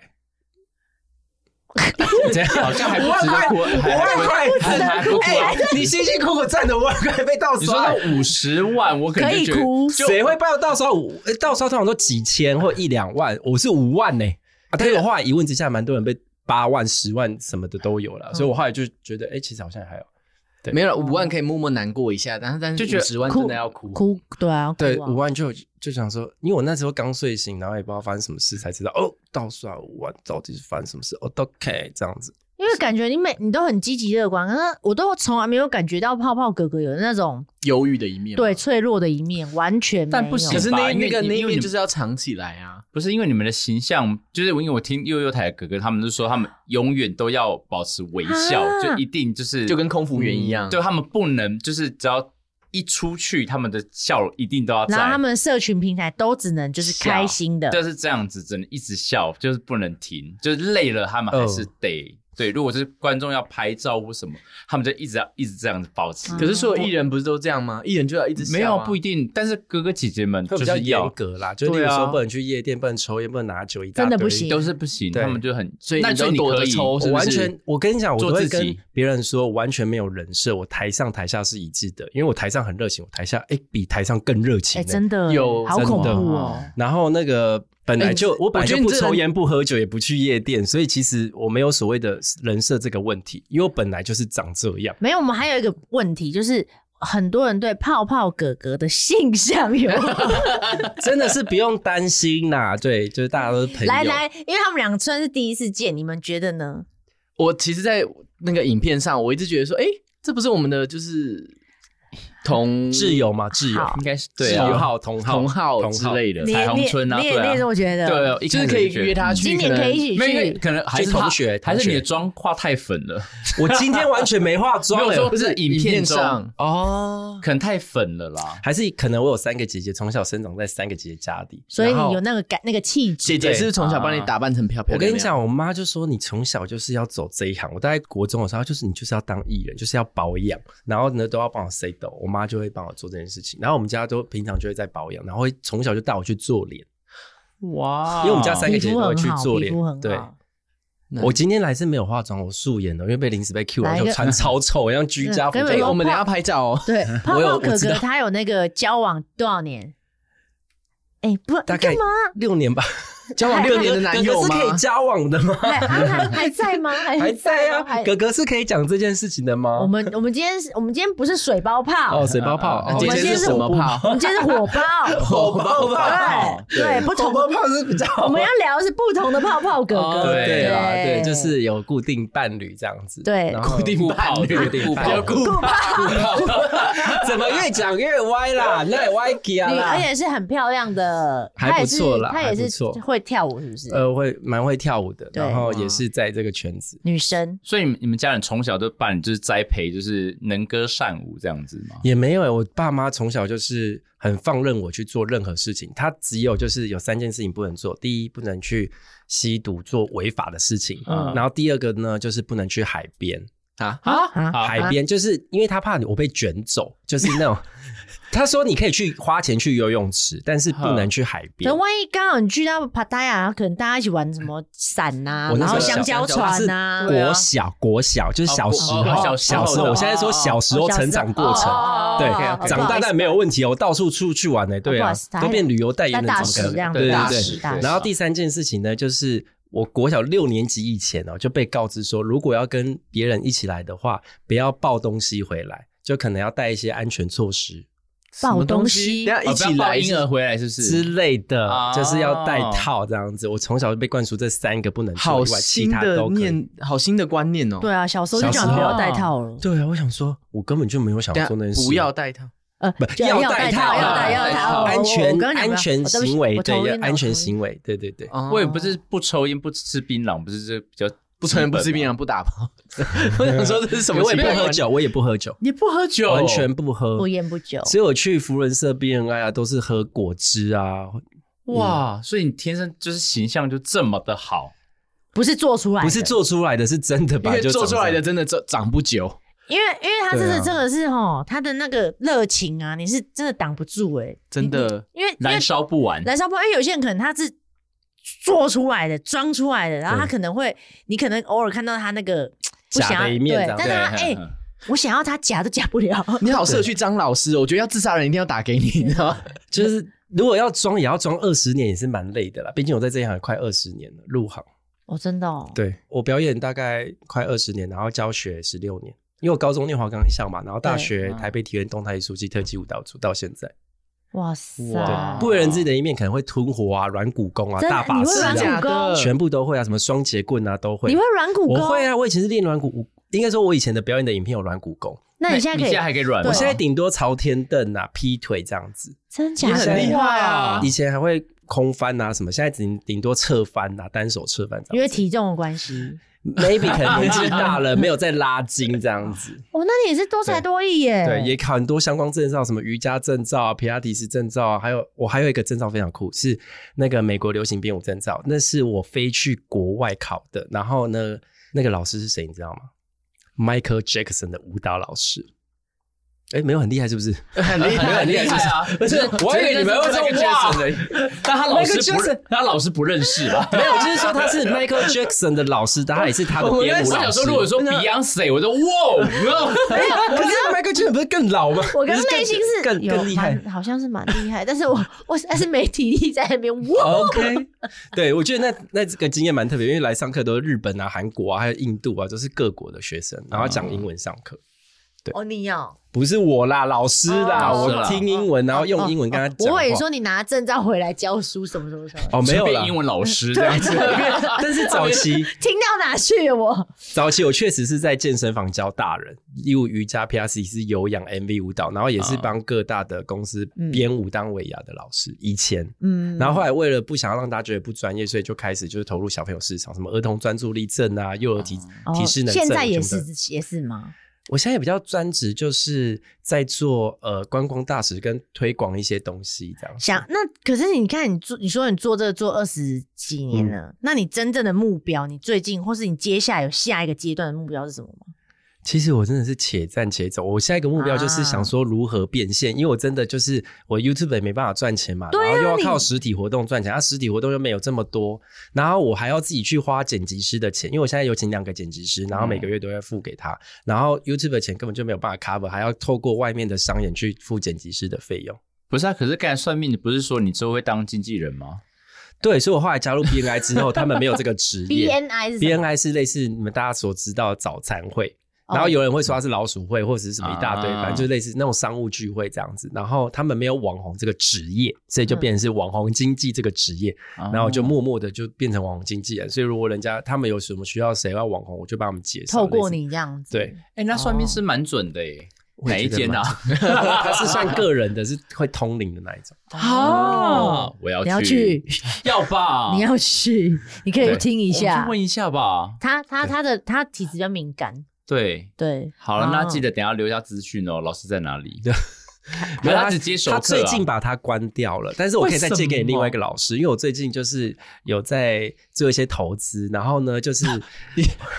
Speaker 3: 这样好像还不值得过，还还不还还不哎过。
Speaker 6: 你辛辛苦苦赚的五万块被盗
Speaker 3: 你说到五十万，我可能
Speaker 4: 可 以
Speaker 3: 啊就觉得
Speaker 4: 哭，
Speaker 6: 谁会被盗刷五？呃盗刷通常都几千或一两万，我是五万呢、啊，但是我后来一问之下，蛮多人被八万、十万什么的都有
Speaker 3: 嗯
Speaker 6: 了，所以我后来就觉得，哎、其实好像还有
Speaker 5: 没有了五万可以默默难过一下，但是但
Speaker 3: 就是觉
Speaker 5: 五
Speaker 3: 得
Speaker 5: 十万
Speaker 4: 哭
Speaker 5: 真的要哭。
Speaker 4: 哭对啊，
Speaker 6: 对
Speaker 4: 哭啊
Speaker 6: 五万就就想说，因为我那时候刚睡醒，然后也不知道发生什么事，才知道哦，盗刷五万到底是发生什么事？哦，OK，这样子。
Speaker 4: 因为感觉你每你都很积极乐观，可是我都从来没有感觉到泡泡哥哥有那种
Speaker 5: 忧郁的一面吗，
Speaker 4: 对脆弱的一面，完全没有。
Speaker 3: 但不行
Speaker 5: 可是那
Speaker 3: 因
Speaker 5: 那
Speaker 3: 为
Speaker 5: 个
Speaker 3: 因为
Speaker 5: 那一
Speaker 3: 你
Speaker 5: 面就是要藏起来啊。
Speaker 3: 不是因为你们的形象，就是因为我听悠悠台的哥哥他们就说，他们永远都要保持微笑，
Speaker 4: 啊
Speaker 3: 就一定就是嗯
Speaker 5: 就跟空服员一样，
Speaker 3: 对他们不能就是只要一出去，他们的笑容一定都要在。
Speaker 4: 然后他们社群平台都只能就是开心的，哎
Speaker 3: 就是这样子，只能一直笑，就是不能停，就是累了他们还是得、对。如果是观众要拍照或什么，他们就一直要一直这样子保持。
Speaker 4: 嗯
Speaker 5: 可是所有艺人不是都这样吗？艺人就要一直笑啊
Speaker 3: 嗯没有不一定，但是哥哥姐姐们
Speaker 6: 会
Speaker 3: 就
Speaker 6: 比较
Speaker 3: 是
Speaker 6: 严
Speaker 3: 要
Speaker 6: 格啦，就例
Speaker 3: 对
Speaker 6: 如
Speaker 3: 啊
Speaker 6: 说不能去夜店，不能抽烟，不能拿酒，一大
Speaker 4: 真的
Speaker 6: 堆
Speaker 4: 不行
Speaker 3: 都是不行，
Speaker 6: 对
Speaker 3: 他们就很
Speaker 5: 所以
Speaker 3: 那
Speaker 5: 你
Speaker 3: 就
Speaker 5: 都
Speaker 3: 你
Speaker 5: 躲
Speaker 3: 可
Speaker 5: 着
Speaker 3: 以
Speaker 5: 抽，是
Speaker 6: 我
Speaker 5: 不
Speaker 6: 完
Speaker 5: 是
Speaker 6: 全，我跟你讲，我都
Speaker 3: 做
Speaker 6: 会
Speaker 3: 自己
Speaker 6: 跟别人说，我完全没有人设，我台上台下是一致的，因为我台上很热情，我台下哎、比台上更热情、
Speaker 4: 哎，
Speaker 6: 欸。
Speaker 4: 真的
Speaker 5: 有
Speaker 4: 好
Speaker 6: 真的
Speaker 4: 恐怖哦。
Speaker 6: 然后那个本来就、
Speaker 5: 哎
Speaker 6: 我本来
Speaker 5: 我觉
Speaker 6: 就
Speaker 5: 得你
Speaker 6: 不
Speaker 5: 这人
Speaker 6: 抽烟、不喝酒、也不去夜店，所以其实我没有所谓的人设这个问题，因为我本来就是长这样。
Speaker 4: 没有，我们还有一个问题就是。很多人对泡泡哥哥的性向有
Speaker 6: 真的是不用担心啦。对，就是大家都是朋友。
Speaker 4: 来来，因为他们两个虽然是第一次见，你们觉得呢？
Speaker 5: 我其实，在那个影片上，我一直觉得说，哎、这不是我们的就是 同
Speaker 6: 挚友嘛，挚友
Speaker 4: 好
Speaker 6: 应该是
Speaker 3: 对啊
Speaker 6: 挚友号、同号、
Speaker 5: 同号之类
Speaker 6: 的。
Speaker 5: 的，
Speaker 4: 你也
Speaker 3: 彩虹
Speaker 4: 你也
Speaker 3: 村啊
Speaker 4: 你也
Speaker 3: 对啊
Speaker 4: 你也这么觉得？
Speaker 3: 对啊，一
Speaker 5: 就
Speaker 3: 开
Speaker 5: 是
Speaker 3: 始
Speaker 5: 可以
Speaker 3: 觉得
Speaker 5: 约他去，
Speaker 4: 嗯今年可以一起
Speaker 3: 没有因为
Speaker 4: 去。
Speaker 3: 可能还是
Speaker 6: 就同
Speaker 3: 他
Speaker 6: 学
Speaker 3: 还是
Speaker 6: 同学
Speaker 3: 你的妆化太粉了，
Speaker 6: 我今天完全没化妆
Speaker 3: 没有
Speaker 6: 了
Speaker 3: 说
Speaker 5: 不是
Speaker 3: 在影
Speaker 5: 影片
Speaker 3: 中
Speaker 5: 上
Speaker 6: 哦。
Speaker 3: 可能太粉了啦。
Speaker 6: 还是可能我有三个姐姐，从小生长在三个姐姐家里。
Speaker 4: 所以
Speaker 6: 然后
Speaker 4: 你有那个感、那个气质，
Speaker 5: 姐姐是从小啊帮你打扮成漂漂亮
Speaker 6: 我
Speaker 5: 亮。
Speaker 6: 跟你讲，我妈就说你从小就是要走这一行。我大概国中的时候，她就是你就是要当艺人，就是要保养，然后呢都要帮我 say 抖，我妈就会帮我做这件事情。然后我们家都平常就会在保养，然后会从小就带我去做脸，
Speaker 3: 哇
Speaker 6: 因为我们家三个
Speaker 4: 皮
Speaker 6: 姐姐
Speaker 4: 肤
Speaker 6: 都会
Speaker 4: 很
Speaker 6: 去
Speaker 4: 好，
Speaker 6: 做
Speaker 4: 皮
Speaker 6: 脸
Speaker 4: 肤很。
Speaker 6: 对，
Speaker 4: 好。
Speaker 5: 嗯
Speaker 6: 我今天来是没有化妆，我素颜的，因为被临时被 Q，
Speaker 4: 来嗯
Speaker 6: 我
Speaker 4: 一个
Speaker 6: 就穿超丑，像居家服
Speaker 4: 对。
Speaker 5: 哎、
Speaker 4: 跟
Speaker 5: 我们等一下拍照哦。
Speaker 4: 对，泡泡
Speaker 6: 有
Speaker 4: 哥
Speaker 6: 我知
Speaker 4: 哥
Speaker 6: 道
Speaker 4: 他有那个交往多少年？哎、不，
Speaker 6: 大
Speaker 4: 你
Speaker 6: 概
Speaker 4: 干嘛？
Speaker 6: 六 年吧，
Speaker 5: 交往六年的
Speaker 6: 哥
Speaker 5: 男
Speaker 6: 哥
Speaker 5: 友
Speaker 6: 是
Speaker 5: 吗
Speaker 6: 可？以交往的吗？
Speaker 4: 还还还还在吗？还
Speaker 6: 还在
Speaker 4: 吗
Speaker 6: 啊，
Speaker 4: 还
Speaker 6: 哥哥是可以讲这件事情的吗？
Speaker 4: 我们我们今天是我们今天不是水包泡，
Speaker 6: 哦，水泡泡，
Speaker 5: 啊
Speaker 6: 哦
Speaker 4: 我们
Speaker 5: 今
Speaker 4: 今
Speaker 5: 天
Speaker 4: 天
Speaker 5: 是
Speaker 4: 是
Speaker 5: 什么泡
Speaker 4: 我们今天是火包，
Speaker 6: 火泡泡，
Speaker 4: 对对，不同
Speaker 6: 火泡泡是比较
Speaker 4: 我们要聊的是不同的泡 泡哥
Speaker 6: 哦
Speaker 4: 哥，
Speaker 6: 对啦，
Speaker 4: 对
Speaker 6: 对，就是有固定伴侣这样子，
Speaker 4: 对
Speaker 6: 然后
Speaker 5: 固定伴侣，
Speaker 6: 呃固定伴侣
Speaker 5: 固定
Speaker 6: 怎么越讲越歪啦？那也歪掉
Speaker 4: 你而
Speaker 6: 啦。
Speaker 4: 且是很漂亮的，
Speaker 6: 还
Speaker 4: 她也
Speaker 6: 不错
Speaker 4: 是
Speaker 6: 啦
Speaker 4: 她也
Speaker 6: 还不
Speaker 4: 是
Speaker 6: 错
Speaker 4: 会跳舞，是不是？
Speaker 6: 呃，会蛮会跳舞的，
Speaker 4: 对啊
Speaker 6: 然后也是在这个圈子。
Speaker 4: 女生
Speaker 3: 所以你们你们家人从小就把你就是栽培，就是能歌善舞这样子吗？
Speaker 6: 也没有、欸，我爸妈从小就是很放任我去做任何事情，他只有就是有三件事情不能做：第一，不能去吸毒做违法的事情；
Speaker 3: 嗯
Speaker 6: 然后第二个呢，就是不能去海边。
Speaker 5: 啊，
Speaker 4: 啊，
Speaker 3: 啊
Speaker 6: 海边就是因为他怕我被卷走，就是那种他说你可以去花钱去游泳池，但是不能去海
Speaker 4: 可
Speaker 6: 边
Speaker 4: 能。万一刚好你去到帕塔亚，可能大家一起玩什么伞呐
Speaker 6: 我，那
Speaker 4: 然
Speaker 6: 时
Speaker 4: 后
Speaker 6: 候小
Speaker 4: 香蕉船啊呐，
Speaker 6: 国小国小就是小时
Speaker 3: 哦国
Speaker 6: 候，
Speaker 3: 哦
Speaker 6: 小时候，我现在说小时候成长过程。
Speaker 4: 哦
Speaker 6: 对
Speaker 4: 哦哦哦，
Speaker 6: 长大但没有问题哦，我到处出去玩呢，对
Speaker 4: 不好
Speaker 6: 啊
Speaker 4: 意思，他
Speaker 6: 都变旅游代言人，
Speaker 4: 他大
Speaker 6: 怎
Speaker 4: 使
Speaker 6: 么可
Speaker 4: 这样
Speaker 6: 能？
Speaker 4: 子
Speaker 6: 对
Speaker 4: 大
Speaker 6: 对
Speaker 4: 使大
Speaker 6: 对。
Speaker 4: 使
Speaker 6: 然后第三件事情呢，就是我国小六年级以前哦，就被告知说，如果要跟别人一起来的话，不要抱东西回来，就可能要带一些安全措施
Speaker 4: 抱东西
Speaker 5: 等一下一
Speaker 3: 哦不要
Speaker 5: 起
Speaker 3: 抱
Speaker 5: 来
Speaker 3: 婴儿回来是不是？
Speaker 6: 之
Speaker 4: 嗯
Speaker 6: 类的
Speaker 3: 哦，
Speaker 6: 就是要带
Speaker 4: 哦
Speaker 6: 套这样子。我从小就被灌输这三个不能做
Speaker 5: 好
Speaker 6: 以外，其
Speaker 5: 新
Speaker 6: 他
Speaker 5: 的
Speaker 6: 都可以。
Speaker 5: 念，好新的观念哦。
Speaker 4: 对啊，小时候就
Speaker 6: 小时
Speaker 4: 讲
Speaker 6: 候
Speaker 4: 不要戴套了，
Speaker 6: 对啊，我想说，我根本就没有想
Speaker 5: 等一下，
Speaker 6: 做那件事。啊
Speaker 5: 不要戴套。
Speaker 4: 呃，
Speaker 6: 不
Speaker 4: 就要
Speaker 6: 戴
Speaker 4: 套，要戴
Speaker 6: 要
Speaker 4: 要
Speaker 6: 啊
Speaker 4: 戴套，哦
Speaker 6: 安
Speaker 4: 我
Speaker 6: 全
Speaker 4: 刚刚讲不
Speaker 6: 安
Speaker 4: 要
Speaker 6: 全
Speaker 4: 哦对不起
Speaker 6: 行为，
Speaker 4: 我头
Speaker 6: 对，要
Speaker 4: 晕了
Speaker 6: 安全
Speaker 4: 我头晕
Speaker 6: 行为，对对对。
Speaker 5: 哦
Speaker 3: 我也不是不抽烟、不吃槟榔，不是这比较
Speaker 5: 不抽烟，不吃
Speaker 3: 啊
Speaker 5: 槟榔，不打炮。我想说这是什么
Speaker 6: 啊我也
Speaker 5: 习
Speaker 6: 不
Speaker 5: 惯？
Speaker 6: 喝酒，我也不喝酒，
Speaker 3: 你不喝酒
Speaker 6: 完全不喝，
Speaker 4: 不烟不酒，
Speaker 6: 只有去福伦社 B N I 啊，都是喝果汁啊，
Speaker 5: 哦
Speaker 3: 哇，啊所以你天生就是形象就这么的好，
Speaker 4: 不是做出来，
Speaker 6: 不是，做出来的，是真的
Speaker 5: 因
Speaker 6: 吧？
Speaker 5: 为
Speaker 6: 就
Speaker 5: 做出来的
Speaker 6: 长
Speaker 5: 真的长长不久。
Speaker 4: 因为因为他真
Speaker 6: 对
Speaker 4: 的
Speaker 6: 啊
Speaker 4: 这个是吼，他的那个热情啊，你是真的挡不住哎，
Speaker 5: 真的
Speaker 4: 你，你因为因为
Speaker 3: 燃烧不完。
Speaker 4: 燃烧不完，因为有些人可能他是做出来的、装出来的，然后他可能会，你可能偶尔看到他那个不
Speaker 6: 假的
Speaker 4: 想要
Speaker 6: 一面这
Speaker 4: 对
Speaker 6: 样，
Speaker 4: 但是他哎、
Speaker 3: 嗯嗯
Speaker 4: 我想要他假都假不了，
Speaker 5: 你好适合去张老师哦，我觉得要自杀的人一定要打给你，你知道吗？
Speaker 6: 这样就是。如果要装，也要装二十年，也是蛮累的啦。毕竟我在这一行也快二十年了，入行。
Speaker 4: 哦，真的哦，
Speaker 6: 对我表演大概快二十年，然后教学十六年，因为我高中念华冈艺校嘛，然后大
Speaker 4: 对
Speaker 6: 学
Speaker 3: 嗯
Speaker 6: 台北体院动态艺术系特技舞蹈组到现在，
Speaker 4: 哇塞，
Speaker 3: 哇
Speaker 6: 不为人知的一面可能会吞活啊、软骨功啊、
Speaker 4: 哦真的
Speaker 6: 大法
Speaker 4: 你
Speaker 6: 师
Speaker 4: 会软
Speaker 6: 啊，
Speaker 4: 骨功，
Speaker 6: 全部都会啊，什么双节棍啊都会。
Speaker 4: 你会软骨功，
Speaker 6: 我会啊，我以前是练软骨，应该说我以前的表演的影片有软骨功，
Speaker 4: 那你现在
Speaker 3: 你
Speaker 4: 可以
Speaker 3: 现在，还可以软吗？
Speaker 4: 啊
Speaker 6: 我现在顶多朝天蹬啊、劈腿这样子，
Speaker 4: 真假
Speaker 5: 你很厉
Speaker 4: 的？
Speaker 5: 害啊！
Speaker 6: 以前还会空翻啊什么，现在顶顶多侧翻啊，单手侧翻这
Speaker 4: 因为
Speaker 6: 样子。
Speaker 4: 体重的关系，
Speaker 6: maybe 可能年纪大了，没有再拉筋这样子。
Speaker 4: 哦，那你也是多才多艺耶，
Speaker 6: 对，也考很多相关证照，什么瑜伽证照啊、皮拉提斯证照啊，还有我还有一个证照非常酷，是那个美国流行编舞证照，那是我飞去国外考的。然后呢，那个老师是谁，你知道吗？Michael Jackson 的舞蹈老师。哎，没有很厉害是不是？
Speaker 5: 很厉害，很厉害
Speaker 3: 害啊！不是，
Speaker 6: 我以为你们会说哇
Speaker 3: 的， 但他老师不认，他老师不认识 吧？
Speaker 6: 没有，就是说 他是 Michael Jackson 的老师，他也是他的
Speaker 3: 我
Speaker 6: 编舞老
Speaker 3: 想
Speaker 6: 师。
Speaker 3: 说，如果说 Beyonce，我就哇，你知道吗
Speaker 6: 可是 Michael Jackson 不是更老吗？
Speaker 4: 我刚
Speaker 6: 不
Speaker 4: 刚
Speaker 6: 更
Speaker 4: 内心是
Speaker 6: 更
Speaker 4: 有
Speaker 6: 更厉害
Speaker 4: 蛮，好像是蛮厉害，但是我我实在是没体力在那 边哇，
Speaker 6: OK，对我觉得那那这个经验蛮特别，因为来上课都是日本啊、韩国啊，还有印度啊，都是各国的学生，然后讲英文上课。对
Speaker 4: 哦，你要
Speaker 6: 不是我啦，老师啦，
Speaker 4: 哦
Speaker 6: 我听英文，然后用英文跟他讲话。
Speaker 4: 我也说你拿证照回来教书什么什么什么，
Speaker 6: 哦， 没有
Speaker 3: 变
Speaker 6: 啦
Speaker 3: 英。文老师这样子，
Speaker 6: 但是早期
Speaker 4: 听到哪去了我？
Speaker 6: 早期我确实是在健身房教大人，例如瑜伽、PRC 是有氧 MV 舞蹈，然后也是帮各大的公司编舞当尾牙的老师。以前，
Speaker 4: 嗯，
Speaker 6: 然后后来为了不想要让大家觉得不专业，所以就开始就是投入小朋友市场，什么儿童专注力症啊、幼儿提
Speaker 4: 哦
Speaker 6: 提示能症。
Speaker 4: 现在也
Speaker 6: 什么
Speaker 4: 是
Speaker 6: 的
Speaker 4: 也是吗？
Speaker 6: 我现在也比较专职，就是在做呃观光大使跟推广一些东西这样。
Speaker 4: 想那可是你看你做，你说你做这个做二十几年了，
Speaker 6: 嗯
Speaker 4: 那你真正的目标，你最近或是你接下来有下一个阶段的目标是什么吗？
Speaker 6: 其实我真的是且战且走，我下一个目标就是
Speaker 4: 啊
Speaker 6: 想说如何变现，因为我真的就是我 YouTube 也没办法赚钱嘛，
Speaker 4: 对啊
Speaker 6: 然后又要靠
Speaker 4: 你
Speaker 6: 实体活动赚钱，啊，实体活动又没有这么多，然后我还要自己去花剪辑师的钱，因为我现在有请两个剪辑师，然后
Speaker 4: 嗯
Speaker 6: 每个月都会付给他，然后 YouTube 的钱根本就没有办法 cover，还要透过外面的商演去付剪辑师的费用。
Speaker 3: 不是啊？可是刚才算命的不是说你之后会当经纪人吗？
Speaker 6: 对，所以我后来加入 BNI 之后，他们没有这个职 业。
Speaker 4: BNI 是什么
Speaker 6: BNI 是类似你们大家所知道的早餐会。
Speaker 4: 哦
Speaker 6: 然后有人会说它是老鼠会，或者是什么一大堆，
Speaker 3: 啊
Speaker 6: 反正就是类似那种商务聚会这样子。然后他们没有网红这个职业，所
Speaker 4: 嗯
Speaker 6: 以就变成是网红经济这个职业。
Speaker 3: 哦
Speaker 6: 然后我就默默的就变成网红经纪人。所以如果人家他们有什么需要谁要网红，我就帮他们介绍。
Speaker 4: 透过
Speaker 6: 类似，
Speaker 4: 你这样子，
Speaker 6: 对，
Speaker 3: 哎，那算命师蛮准的耶，
Speaker 6: 我也
Speaker 3: 哪一
Speaker 6: 觉得
Speaker 3: 间啊？
Speaker 6: 他是算个人的，是会通灵的那一种。
Speaker 3: 啊
Speaker 4: 哦，，
Speaker 3: 我要
Speaker 4: 你要去，
Speaker 3: 要吧？
Speaker 4: 你要去，你可以
Speaker 3: 对
Speaker 4: 听一
Speaker 3: 我们
Speaker 4: 下
Speaker 3: 去。问一下吧。
Speaker 4: 他他他的他体质比较敏感，
Speaker 3: 对，
Speaker 4: 对，哦
Speaker 3: 好了，那记
Speaker 4: 得
Speaker 3: 得等一下留下资讯哦，老师在哪里？没有
Speaker 6: 没有
Speaker 3: 他只接手
Speaker 6: 他
Speaker 3: 课啊
Speaker 6: 最近把它关掉了，但是我可以再借给你另外一个老师，因为我最近就是有在做一些投资，然后呢，就是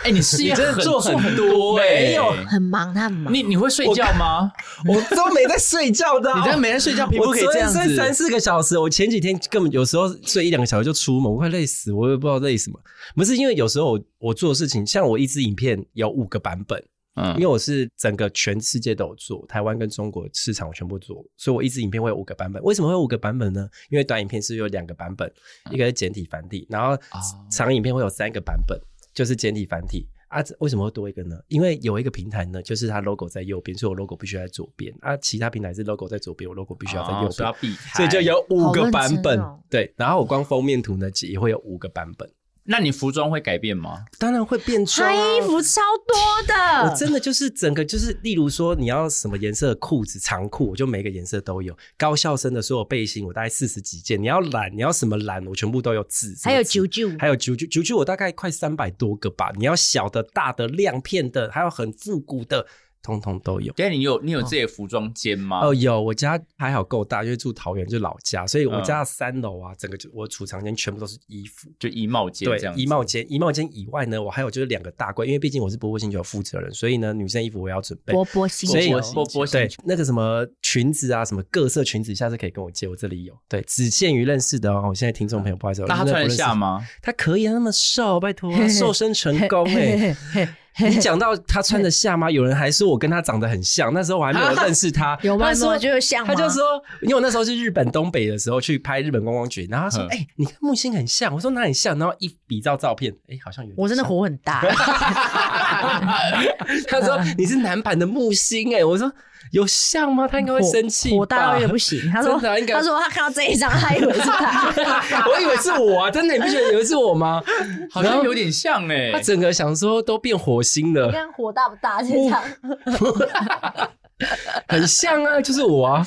Speaker 3: 哎，你事业
Speaker 6: 你真的
Speaker 3: 很
Speaker 6: 做
Speaker 3: 重
Speaker 6: 很多
Speaker 3: 哎
Speaker 6: 没有
Speaker 4: 很忙，他很忙。
Speaker 3: 你你会睡觉吗？
Speaker 6: 我都没在睡觉的啊、
Speaker 5: 你在每天睡觉，皮肤
Speaker 6: 我
Speaker 5: 可以这样
Speaker 6: 昨天睡三
Speaker 5: 子。
Speaker 6: 四个小时，我前几天根本有时候睡一两个小时就出门，我快累死，我也不知道累什么。不是因为有时候我我做的事情，像我一支影片有五个版本，因
Speaker 3: 嗯
Speaker 6: 为我是整个全世界都有做，台湾跟中国市场我全部做，所以我一支影片会有五个版本。为什么会有五个版本呢？因为短影片是有两个版本，一个是简体繁体，然后
Speaker 3: 哦
Speaker 6: 长影片会有三个版本，就是简体繁体。啊，这为什么会多一个呢？因为有一个平台呢，就是它 logo 在右边，所以我 logo 必须在左边。啊，其他平台是 logo 在左边，我 logo 必须要在右
Speaker 3: 哦所以
Speaker 6: 边，
Speaker 3: 要避开。
Speaker 6: 所以就有五
Speaker 4: 好
Speaker 6: 个
Speaker 4: 认
Speaker 6: 版
Speaker 4: 真
Speaker 6: 本。
Speaker 4: 哦
Speaker 6: 对，然后我光封面图呢也会有五个版本，
Speaker 3: 那你服装会改变吗？
Speaker 6: 当然会变装、啊
Speaker 4: 他衣服超多
Speaker 3: 嗯
Speaker 6: 我
Speaker 4: 的，
Speaker 6: 真的就是整个就是，例如说你要什么颜色的裤子、长裤，我就每个颜色都有。高校生的所有背心，我大概四十几件。你要蓝，你要什么蓝，我全部都有字。
Speaker 4: 还有
Speaker 6: 什么
Speaker 4: 九
Speaker 6: 字
Speaker 4: 九，
Speaker 6: 还有九九九九，我大概快三百多个吧。你要小的、大的、亮片的，还有很复古的，通通都有。
Speaker 3: 等一下你有你有自己的服装间吗？
Speaker 6: 哦，有我家还好够大，因为住桃园，就是老家，所以
Speaker 3: 嗯
Speaker 6: 我家的三楼啊，整个就我储藏间全部都是衣服。
Speaker 3: 就衣帽间
Speaker 6: 对
Speaker 3: 这样，子。
Speaker 6: 衣帽间，衣帽间以外呢，我还有就是两个大柜，因为毕竟我是波波星球的负责人，所以呢，女生衣服我要准备。
Speaker 4: 波波星
Speaker 6: 所以
Speaker 4: 球，
Speaker 3: 波波
Speaker 6: 对那个什么裙子啊，什么各色裙子，下次可以跟我借，我这里有。对，只限于认识的哦。我现在听众朋友不好意思，
Speaker 3: 嗯那他
Speaker 6: 我真的
Speaker 3: 穿
Speaker 6: 不
Speaker 3: 得
Speaker 6: 认识
Speaker 3: 下？吗？
Speaker 6: 他可以啊，那么瘦，拜托，他瘦身成功哎、你讲到他穿得下吗？有人还说我跟他长得很像，那时候我还没有认识他。
Speaker 4: 有吗？
Speaker 6: 他
Speaker 4: 说
Speaker 6: 说
Speaker 4: 就像吗，
Speaker 6: 他就说，因为我那时候去日本东北的时候去拍日本观光局，然后他说
Speaker 3: 嗯：“
Speaker 6: 哎、你跟木星很像。”我说：“哪里像？”然后一比照照片，哎、好像有。
Speaker 4: 我真的火很 大，
Speaker 6: 他说：“
Speaker 4: 嗯
Speaker 6: 你是男版的木星。”哎，我说：“有像吗？”他应该会生气吧，
Speaker 4: 火大到有点 不行。他说
Speaker 6: 真的啊应该
Speaker 4: 他说他看到这一张，他以为是 他，
Speaker 6: 我以为是我啊，真的，你不觉得以为是 我吗？
Speaker 3: 好像有点像哎、
Speaker 6: 他整个想说都变火星
Speaker 4: 你
Speaker 6: 了，
Speaker 4: 看火大不大？这张
Speaker 6: 很像啊，就是我 啊，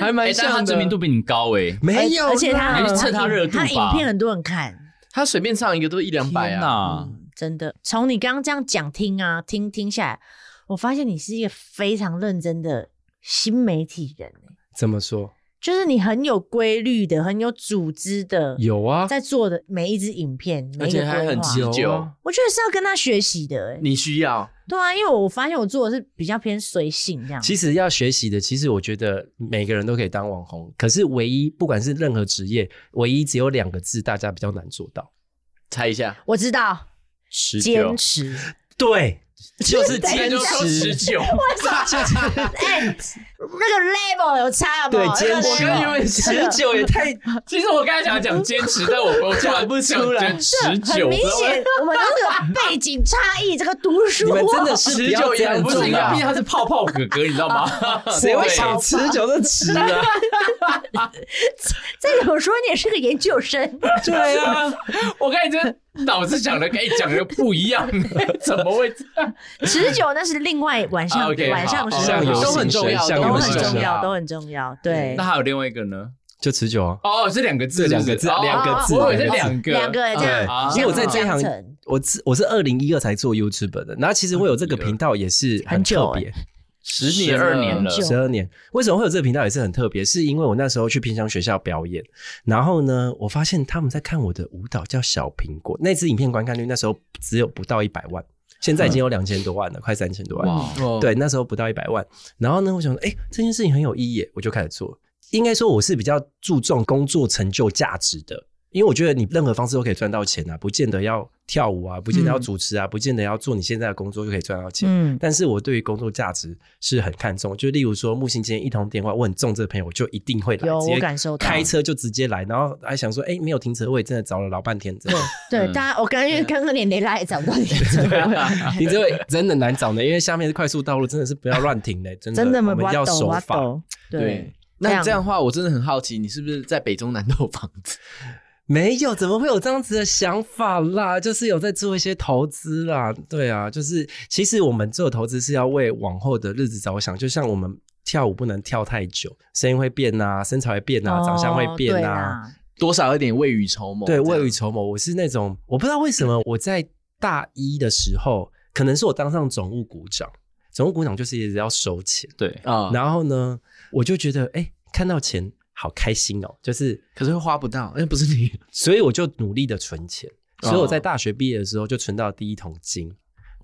Speaker 6: 还蛮
Speaker 3: 哎但他
Speaker 6: 像的。
Speaker 3: 知名度比你高 哎、欸，
Speaker 6: 没有啦，哎
Speaker 4: 而且他
Speaker 3: 你
Speaker 4: 很
Speaker 3: 去蹭他热度吧
Speaker 4: 他影片很多人看，嗯
Speaker 5: 他随便唱一个都一两百
Speaker 3: 天
Speaker 5: 啊！
Speaker 3: 哪！
Speaker 4: 真的。从你刚刚这样讲听啊听听下来，我发现你是一个非常认真的新媒体人，欸
Speaker 6: 怎么说？
Speaker 4: 就是你很有规律的，很有组织的，
Speaker 6: 有啊，
Speaker 4: 在做的每一支影片，每
Speaker 5: 而
Speaker 4: 一个
Speaker 5: 且还
Speaker 4: 规
Speaker 5: 很
Speaker 4: 划
Speaker 5: 急。
Speaker 6: 有
Speaker 5: 久
Speaker 6: 啊，
Speaker 4: 我觉得是要跟他学习的、欸，
Speaker 5: 你需要
Speaker 4: 对啊，因为我发现我做的是比较偏随性这样。
Speaker 6: 其实要学习的，其实我觉得每个人都可以当网红，可是唯一不管是任何职业，唯一只有两个字大家比较难做到，
Speaker 5: 猜一下，
Speaker 4: 我知道，
Speaker 3: 十
Speaker 4: 坚持，
Speaker 6: 对。就是坚
Speaker 3: 就说
Speaker 6: 持
Speaker 3: 持， 久，
Speaker 4: 那个 level 有差好不
Speaker 6: 对
Speaker 4: 好？
Speaker 6: 坚
Speaker 4: 那个
Speaker 6: 持
Speaker 4: level
Speaker 6: 啊，持久也太
Speaker 3: 其实我刚才想讲坚持，但我我讲不出来，持
Speaker 4: 很
Speaker 3: 久
Speaker 4: 明显，我们都有背景差异。这个读书， 啊
Speaker 6: 你们真的是
Speaker 3: 持
Speaker 6: 不要
Speaker 3: 久
Speaker 6: 这
Speaker 3: 也
Speaker 6: 样
Speaker 3: 不
Speaker 6: 做
Speaker 3: 是因为
Speaker 6: 啦
Speaker 3: 毕竟他是泡泡哥哥，你知 道吗？
Speaker 6: 谁会想啊持久的持啊？
Speaker 4: 再怎么说你也是个研究生，
Speaker 6: 对啊，
Speaker 3: 我看你这脑子想的跟你讲的不一样，欸怎么会这样？
Speaker 4: 持久那是另外晚
Speaker 6: 啊
Speaker 4: 上
Speaker 3: OK，
Speaker 4: 晚
Speaker 3: 好
Speaker 4: 上的
Speaker 3: 好
Speaker 4: 时
Speaker 6: 像
Speaker 4: 候
Speaker 6: 游
Speaker 5: 都
Speaker 6: 戏
Speaker 5: 很重要
Speaker 6: 像
Speaker 4: 都
Speaker 6: 游
Speaker 4: 很
Speaker 6: 戏
Speaker 4: 重
Speaker 6: 生
Speaker 4: 要，都很重要。 对
Speaker 3: 那，还有另外一个呢？
Speaker 6: 就持久啊。
Speaker 3: 哦，是两个字，
Speaker 6: 这两
Speaker 3: 是不
Speaker 6: 个
Speaker 3: 是
Speaker 6: 字
Speaker 3: 哦
Speaker 6: 两个字
Speaker 3: 我以为是啊两个，
Speaker 4: 两个这
Speaker 6: 对
Speaker 4: 样，
Speaker 6: 因为我在
Speaker 4: 相
Speaker 6: 这一行
Speaker 4: 层
Speaker 6: 我自我是二零一二才做 YouTube 的，然后其实我有这个频道也是
Speaker 4: 很久
Speaker 6: 特别，
Speaker 3: 十年二年了
Speaker 4: 很久
Speaker 6: 十二年。为什么会有这个频道也是很特别？是因为我那时候去偏乡学校表演，然后呢，我发现他们在看我的舞蹈叫《小苹果》，那支影片观看率那时候只有不到一百万，现在已经有两千多万了，快三千多万。
Speaker 3: 哇，
Speaker 6: 对，那时候不到一百万。然后呢，我想说，哎、这件事情很有意义耶，我就开始做。应该说我是比较注重工作成就价值的，因为我觉得你任何方式都可以赚到钱啊，不见得要跳舞啊，不见得要主持啊，不见得要做你现在的工作就可以赚到钱。
Speaker 4: 嗯，
Speaker 6: 但是我对于工作价值是很看重，就例如说木星今天一通电话，我很重这个朋友，我就一定会来，
Speaker 4: 有
Speaker 6: 直接
Speaker 4: 我感受到
Speaker 6: 开车就直接来，然后还想说，哎、没有停车位，真的找了老半天，真的
Speaker 4: 对，
Speaker 3: 嗯
Speaker 4: 大家我刚
Speaker 6: 啊
Speaker 4: 刚因为刚刚连雷拉也找不到你的车位，
Speaker 6: 停车位真的难找呢，因为下面是快速道路，真的是不要乱停的，真的
Speaker 4: 真的
Speaker 6: 我们
Speaker 4: 挖
Speaker 6: 要
Speaker 4: 抖
Speaker 6: 守
Speaker 4: 挖
Speaker 6: 法。
Speaker 4: 抖，对，。这
Speaker 5: 那
Speaker 4: 样
Speaker 5: 这样的话，我真的很好奇，你是不是在北中南都有房子？
Speaker 6: 没有，怎么会有这样子的想法啦？就是有在做一些投资啦，对啊，就是其实我们做投资是要为往后的日子着想，就像我们跳舞不能跳太久，声音会变啊，身材会变啊，长相会变
Speaker 4: 哦对
Speaker 6: 啊，
Speaker 4: 啦
Speaker 5: 多少有点未雨绸缪。
Speaker 6: 对，
Speaker 5: 这样
Speaker 6: 未雨绸缪。我是那种我不知道为什么我在大一的时候，可能是我当上总务股长，总务股长就是一直要收钱，
Speaker 3: 对，
Speaker 5: 啊，
Speaker 6: 然后呢，我就觉得哎、看到钱好开心哦，就是
Speaker 5: 可是会花不到，哎那不是你
Speaker 6: 所以我就努力的存钱，
Speaker 5: 哦
Speaker 6: 所以我在大学毕业的时候就存到第一桶金，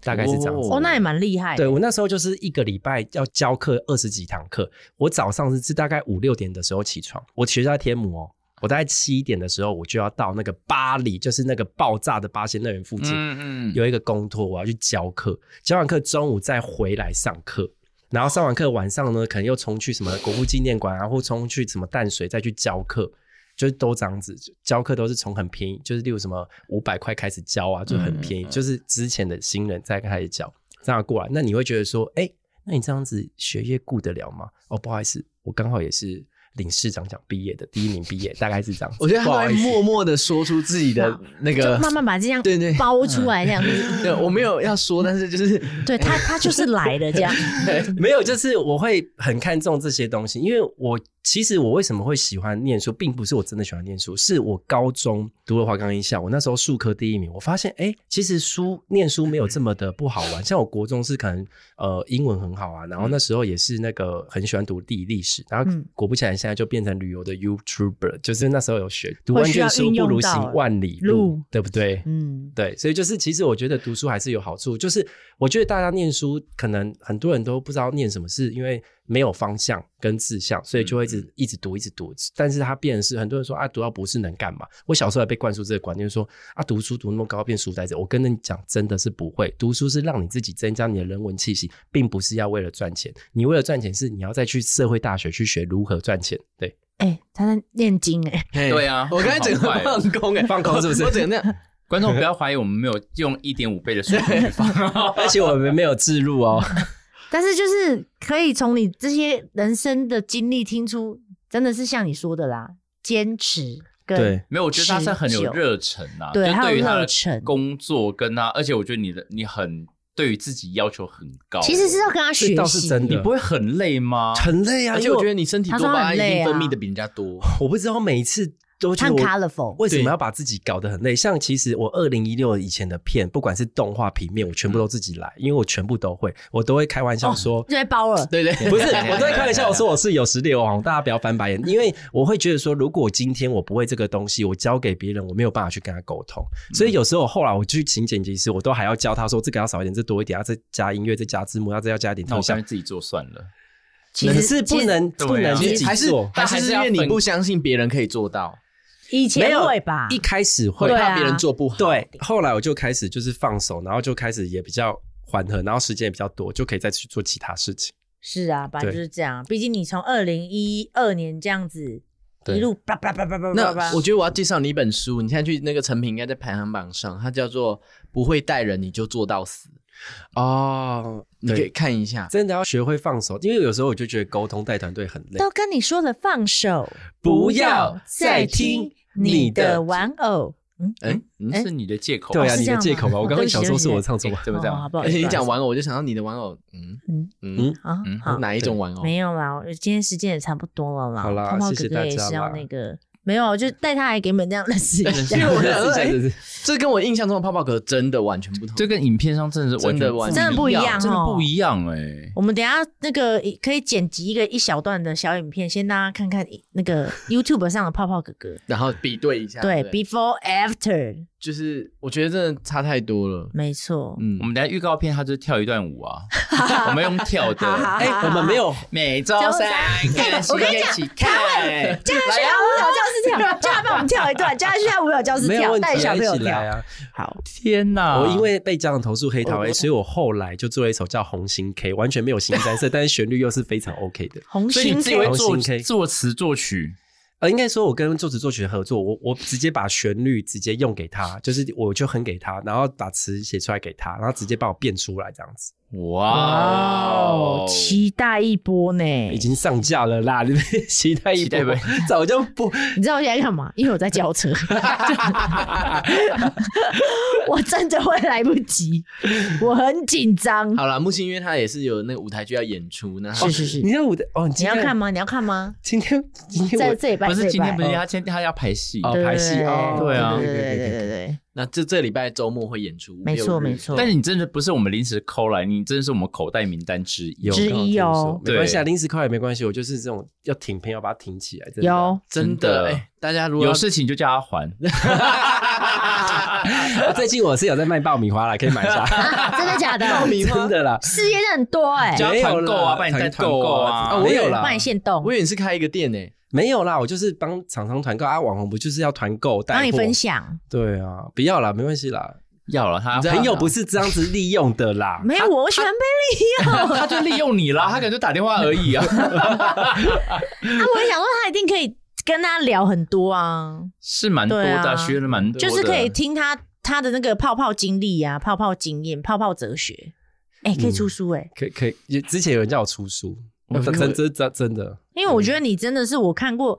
Speaker 6: 大概是这样子。
Speaker 4: 哦，那也蛮厉害的，
Speaker 6: 对我那时候就是一个礼拜要教课二十几堂课，我早上是大概五六点的时候起床，我学校在天母哦，我大概七点的时候我就要到那个巴黎，就是那个爆炸的八仙乐园附近，
Speaker 3: 嗯嗯，
Speaker 6: 有一个公托，我要去教课，教完课中午再回来上课，然后上完课晚上呢，可能又冲去什么国父纪念馆啊，或冲去什么淡水再去教课，就是都这样子，教课都是从很便宜，就是例如什么五百块开始教啊，就很
Speaker 5: 嗯
Speaker 6: 便宜，就是之前的新人再开始教，这样过来，那你会觉得说，哎、那你这样子学业顾得了吗？哦，不好意思，我刚好也是领市长奖毕业的第一名毕业，大概是这样子。
Speaker 5: 我觉得
Speaker 6: 不
Speaker 5: 他
Speaker 6: 好
Speaker 5: 会
Speaker 6: 意思
Speaker 5: 默默的说出自己的那个
Speaker 4: 就，慢慢把这样
Speaker 5: 对对
Speaker 4: 包出来这样子，
Speaker 5: 对我没有要说，但是就是
Speaker 4: 对他他就是来的这 样，
Speaker 6: 没有，就是我会很看重这些东西，因为我其实我为什么会喜欢念书，并不是我真的喜欢念书，是我高中读了华冈艺校，我那时候数科第一名，我发现哎，诶其实书念书没有这么的不好玩。像我国中是可能呃英文很好啊，然后那时候也是那个很喜欢读地理历史，然后
Speaker 4: 嗯
Speaker 6: 果不其然现在就变成旅游的 YouTuber，就是那时候有学读
Speaker 4: 会
Speaker 6: 万
Speaker 4: 需要
Speaker 6: 卷书
Speaker 4: 运
Speaker 6: 不
Speaker 4: 用
Speaker 6: 如
Speaker 4: 到
Speaker 6: 行万里
Speaker 4: 路
Speaker 6: 路，对不对？
Speaker 4: 嗯，
Speaker 6: 对，所以就是其实我觉得读书还是有好处，就是我觉得大家念书可能很多人都不知道念什么，是因为没有方向跟志向，所以就会一直、一直读一直读。但是它变成是很多人说啊，读到博士能干嘛？我小时候还被灌输这个观念说啊，读书读那么高变书呆子。我跟你讲，真的是不会，读书是让你自己增加你的人文气息，并不是要为了赚钱。你为了赚钱是你要再去社会大学去学如何赚钱。对，
Speaker 4: 哎，他在念经哎，
Speaker 3: 对啊
Speaker 5: 我刚才整个
Speaker 3: 好快哦
Speaker 5: 放空哎，
Speaker 6: 放空是不是
Speaker 5: 我整个那 样
Speaker 4: 哎
Speaker 3: 观众不要怀疑我们没有用一点五倍的速度去放，
Speaker 6: 而且我们没有置入哦。
Speaker 4: 但是就是可以从你这些人生的经历听出，真的是像你说的啦，坚持跟
Speaker 6: 对
Speaker 3: 没有，我觉得他是很
Speaker 4: 持
Speaker 3: 有
Speaker 4: 久
Speaker 3: 热忱呐，
Speaker 4: 对
Speaker 3: 就
Speaker 4: 他有
Speaker 3: 对于他
Speaker 4: 热忱
Speaker 3: 的工作跟他，而且我觉得你的你很对于自己要求很高，
Speaker 4: 其实是要跟他学
Speaker 6: 这倒是
Speaker 4: 习，
Speaker 6: 真
Speaker 3: 你
Speaker 6: 的
Speaker 3: 不会很累吗？
Speaker 6: 很累啊，
Speaker 5: 而且
Speaker 6: 因为
Speaker 5: 我觉得你身体
Speaker 4: 他
Speaker 5: 多
Speaker 4: 说
Speaker 5: 巴
Speaker 4: 他
Speaker 5: 胺
Speaker 4: 很
Speaker 5: 已
Speaker 4: 累
Speaker 5: 经
Speaker 4: 啊
Speaker 5: 分泌的比人家多，
Speaker 6: 我不知道每一次都觉得我
Speaker 4: 看 colourful
Speaker 6: 为什么要把自己搞得很累？像其实我二零一六以前的片，不管是动画平面，我全部都自己来，因为我全部都会，我都会开玩笑说。
Speaker 4: 就在包了，
Speaker 5: 对对，
Speaker 6: 不是，我都会开玩笑，我说我是有实力的网红，大家不要翻白眼，因为我会觉得说，如果今天我不会这个东西，我交给别人，我没有办法去跟他沟通，所以有时候后来我去请剪辑师，我都还要教他说这个要少一点，这多一点，要再加音乐，再加字幕，要再要加一点
Speaker 3: 那
Speaker 6: 特
Speaker 3: 我
Speaker 6: 效
Speaker 3: 干脆，自己做算了。
Speaker 4: 其
Speaker 6: 可
Speaker 4: 实
Speaker 6: 是不能
Speaker 3: 其实
Speaker 6: 不能
Speaker 3: 对啊
Speaker 6: 自己
Speaker 5: 还是
Speaker 6: 做，
Speaker 5: 但
Speaker 3: 但
Speaker 5: 还
Speaker 3: 还
Speaker 5: 是
Speaker 3: 是
Speaker 5: 因
Speaker 3: 要
Speaker 5: 为你
Speaker 3: 分
Speaker 5: 不相信别人可以做到，
Speaker 4: 以前会吧，
Speaker 6: 一开始会
Speaker 5: 会
Speaker 4: 对啊
Speaker 5: 怕别人做不好，
Speaker 6: 对，后来我就开始就是放手，然后就开始也比较缓和，然后时间也比较多，就可以再去做其他事情。
Speaker 4: 是啊，反正就是这样。毕竟你从二零一二年这样子
Speaker 6: 对
Speaker 4: 一路叭叭叭叭叭叭叭
Speaker 5: 那我，觉得我要介绍你一本书，你现在去那个成品应该在排行榜上，它叫做《不会带人你就做到死》，
Speaker 6: 哦，
Speaker 5: 你可以看一下。
Speaker 6: 真的要学会放手，因为有时候我就觉得沟通带团队很累。
Speaker 4: 都跟你说了放手，
Speaker 6: 不要再听你
Speaker 4: 你
Speaker 6: 的
Speaker 4: 的玩偶。嗯，
Speaker 5: 哎，嗯
Speaker 4: 哎
Speaker 3: 是你的借口吧。
Speaker 6: 对啊，
Speaker 4: 是
Speaker 6: 你
Speaker 4: 这
Speaker 6: 的
Speaker 4: 样
Speaker 6: 借
Speaker 4: 吗
Speaker 6: 口吧，我刚刚
Speaker 4: 对不起
Speaker 6: 想说是我唱
Speaker 3: 哎
Speaker 6: 错吧。
Speaker 3: 对不对？
Speaker 4: 哦好不好
Speaker 5: 而
Speaker 4: 意思
Speaker 5: 且你讲玩偶，我就想到你的玩偶，嗯
Speaker 4: 嗯
Speaker 5: 嗯
Speaker 4: 啊
Speaker 3: 嗯
Speaker 4: 好
Speaker 5: 嗯，，哪一种玩偶？
Speaker 4: 没有啦，我今天时间也差不多了啦。
Speaker 6: 好啦
Speaker 4: 泡泡
Speaker 6: 谢谢
Speaker 4: 哥哥也
Speaker 6: 大家
Speaker 4: 是
Speaker 6: 啦
Speaker 4: 要那个，没有，我就带他来给你们这样认识一下。
Speaker 5: 因为我想说， 哎
Speaker 6: 对对对
Speaker 5: 这跟我印象中的泡泡壳真的完全不同。
Speaker 3: 这跟影片上真的是完
Speaker 5: 真
Speaker 3: 全
Speaker 5: 的完
Speaker 4: 全不一样
Speaker 3: 真的
Speaker 4: 哦
Speaker 3: 不一样哎、
Speaker 4: 我们等一下那个可以剪辑一个一小段的小影片，先大家看看那个 YouTube 上的泡泡哥哥。
Speaker 5: 然后比对一下，
Speaker 4: 对
Speaker 5: 不
Speaker 4: ，Before After，
Speaker 5: 就是我觉得真的差太多了。
Speaker 4: 没错。
Speaker 5: 嗯
Speaker 3: 我，们等一下预告片，他就是跳一段舞啊，我们用跳的。
Speaker 6: 哎，我们没 有
Speaker 3: 每周三看戏
Speaker 4: 我跟你
Speaker 3: 一
Speaker 4: 讲
Speaker 3: 起看，
Speaker 4: 叫他去他舞蹈教室跳，叫他帮我们跳一段，叫他去他舞蹈教室
Speaker 6: 没有
Speaker 4: 跳，
Speaker 6: 问题啊，
Speaker 4: 带小朋友
Speaker 6: 一起
Speaker 4: 跳
Speaker 6: 来。啊！
Speaker 4: 好，
Speaker 3: 天哪！
Speaker 6: 我因为被家长投诉黑桃 A，
Speaker 4: 我
Speaker 6: 所以我后来就做了一首叫《红心 K》，完全没有新三色，但是旋律又是非常 OK 的。
Speaker 4: 红
Speaker 3: 所以你
Speaker 4: 心
Speaker 3: 自己会
Speaker 4: K，
Speaker 6: 红
Speaker 3: 作
Speaker 6: 心 K
Speaker 3: 作词作曲，
Speaker 6: 呃，应该说，我跟作词作曲合作，我我直接把旋律直接用给他，就是我就哼给他，然后把词写出来给他，然后直接帮我变出来这样子，
Speaker 5: 嗯
Speaker 3: 哇哦！
Speaker 4: 期待一波呢。
Speaker 6: 已经上架了啦！你们 期待
Speaker 3: 嗯
Speaker 6: 一
Speaker 3: 期
Speaker 6: 波
Speaker 3: 待呗，
Speaker 6: 早就 不
Speaker 4: 你知道我现在干嘛？因为我在叫车， 我真的会来不及，我很紧张。
Speaker 5: 好啦，木星因为他也是有那个舞台剧要演出，那他
Speaker 4: 是是是，
Speaker 6: 你要我的哦，你
Speaker 4: 你
Speaker 6: 今
Speaker 4: 要
Speaker 6: 天
Speaker 4: 看？吗？你要看吗？
Speaker 6: 今天今天
Speaker 4: 在
Speaker 6: 我
Speaker 4: 这礼拜，
Speaker 3: 不是
Speaker 4: 这礼
Speaker 3: 今天
Speaker 4: 拜哦
Speaker 3: 不是他今天他要排戏，
Speaker 6: 哦
Speaker 4: 对
Speaker 6: 排戏哦，
Speaker 3: 对啊
Speaker 4: 对对对对对对，
Speaker 5: 那这这礼拜周末会演出，
Speaker 4: 没错
Speaker 5: 六日
Speaker 4: 没。错。
Speaker 3: 但是你真的不是我们临时抠来，你真的是我们口袋名单之一。
Speaker 6: 有啊
Speaker 4: 之
Speaker 6: 刚刚
Speaker 4: 一
Speaker 6: 听
Speaker 4: 哦
Speaker 6: 说没关系啊，
Speaker 3: 对
Speaker 6: 临时扣也没关系，我就是这种要挺平要把它挺起来，真的
Speaker 4: 有
Speaker 5: 真
Speaker 3: 真
Speaker 5: 的
Speaker 3: 的
Speaker 5: 哎、大家如果
Speaker 3: 有
Speaker 5: 要
Speaker 3: 事情就叫他还。
Speaker 6: 啊 最近我是有在卖爆米花啦，可以买一下。
Speaker 4: 啊， 真的假 的？
Speaker 6: 真的啦，
Speaker 4: 事业很多哎，
Speaker 3: 叫他
Speaker 6: 没有
Speaker 3: 团
Speaker 6: 啦
Speaker 3: 购啊，帮你带
Speaker 6: 团
Speaker 3: 团购
Speaker 6: 团购啊
Speaker 3: 啊。
Speaker 6: 我有啦
Speaker 4: 帮你现动
Speaker 5: 我，以为你是开一个店哎呢、
Speaker 6: 没有啦，我就是帮厂商团购啊，网红不就是要团购带货？
Speaker 4: 帮你分？享。
Speaker 6: 对啊，不要啦，没关系啦，
Speaker 3: 要了他，
Speaker 6: 啊朋友不是这样子利用的啦。
Speaker 4: 没有，我喜欢被利用。
Speaker 3: 他就利用你啦，他可能就打电话而已啊。
Speaker 4: 啊，我也想说他一定可以跟他聊很多啊，
Speaker 3: 是蛮多的
Speaker 4: 对
Speaker 3: 啊，
Speaker 4: 啊
Speaker 3: 学了蛮多的，
Speaker 4: 就是可以听他他的那个泡泡经历啊、泡泡经验、泡泡哲学。哎、可以出书哎、
Speaker 6: 可可也之前有人叫我出书，
Speaker 3: 我
Speaker 6: 真
Speaker 3: 觉得
Speaker 6: 真真真真的，
Speaker 4: 因为我觉得你真的是我看过。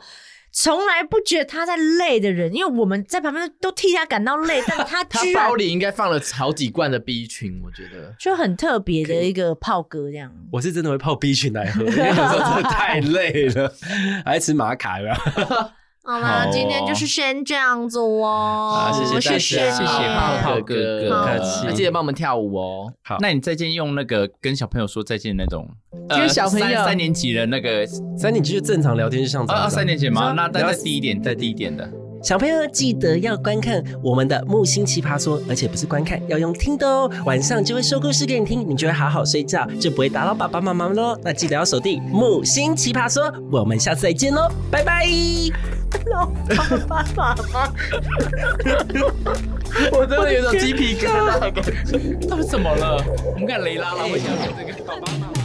Speaker 4: 从来不觉得他在累的人，因为我们在旁边都替他感到累，但他
Speaker 5: 他
Speaker 4: 居然
Speaker 5: 包里应该放了好几罐的 B 群，我觉得。
Speaker 4: 就很特别的一个炮哥这样。
Speaker 6: 我是真的会泡 B 群来喝，因为有时候真的太累 了，还吃玛卡了。
Speaker 4: 好
Speaker 3: 好
Speaker 4: 啦，
Speaker 3: 哦
Speaker 4: 今天就是先这样子哦，
Speaker 5: 好
Speaker 4: 谢
Speaker 5: 谢
Speaker 3: 谢
Speaker 4: 你
Speaker 3: 谢
Speaker 5: 泡泡哥哥，
Speaker 4: 好
Speaker 5: 那记得帮我们跳舞哦。
Speaker 6: 好
Speaker 3: 那你再见用那个跟小朋友说再见的那种，呃
Speaker 5: 跟小朋友
Speaker 3: 三三年级的那个，
Speaker 6: 三点就正常聊天就像这
Speaker 3: 啊
Speaker 6: 样
Speaker 3: 啊，
Speaker 6: 子
Speaker 3: 三年级吗？那
Speaker 6: 你
Speaker 3: 再
Speaker 6: 要
Speaker 3: 再低一点，再低一点的。
Speaker 6: 小朋友记得要观看我们的木星奇葩说，而且不是观看，要用听的哦。晚上就会说故事给你听，你就会好好睡觉，就不会打扰爸爸妈妈喽。那记得要锁定木星奇葩说，我们下次再见喽，拜拜。
Speaker 5: 我真的有种鸡皮疙瘩。
Speaker 3: 到底怎么了？我们看雷拉了，我想这个。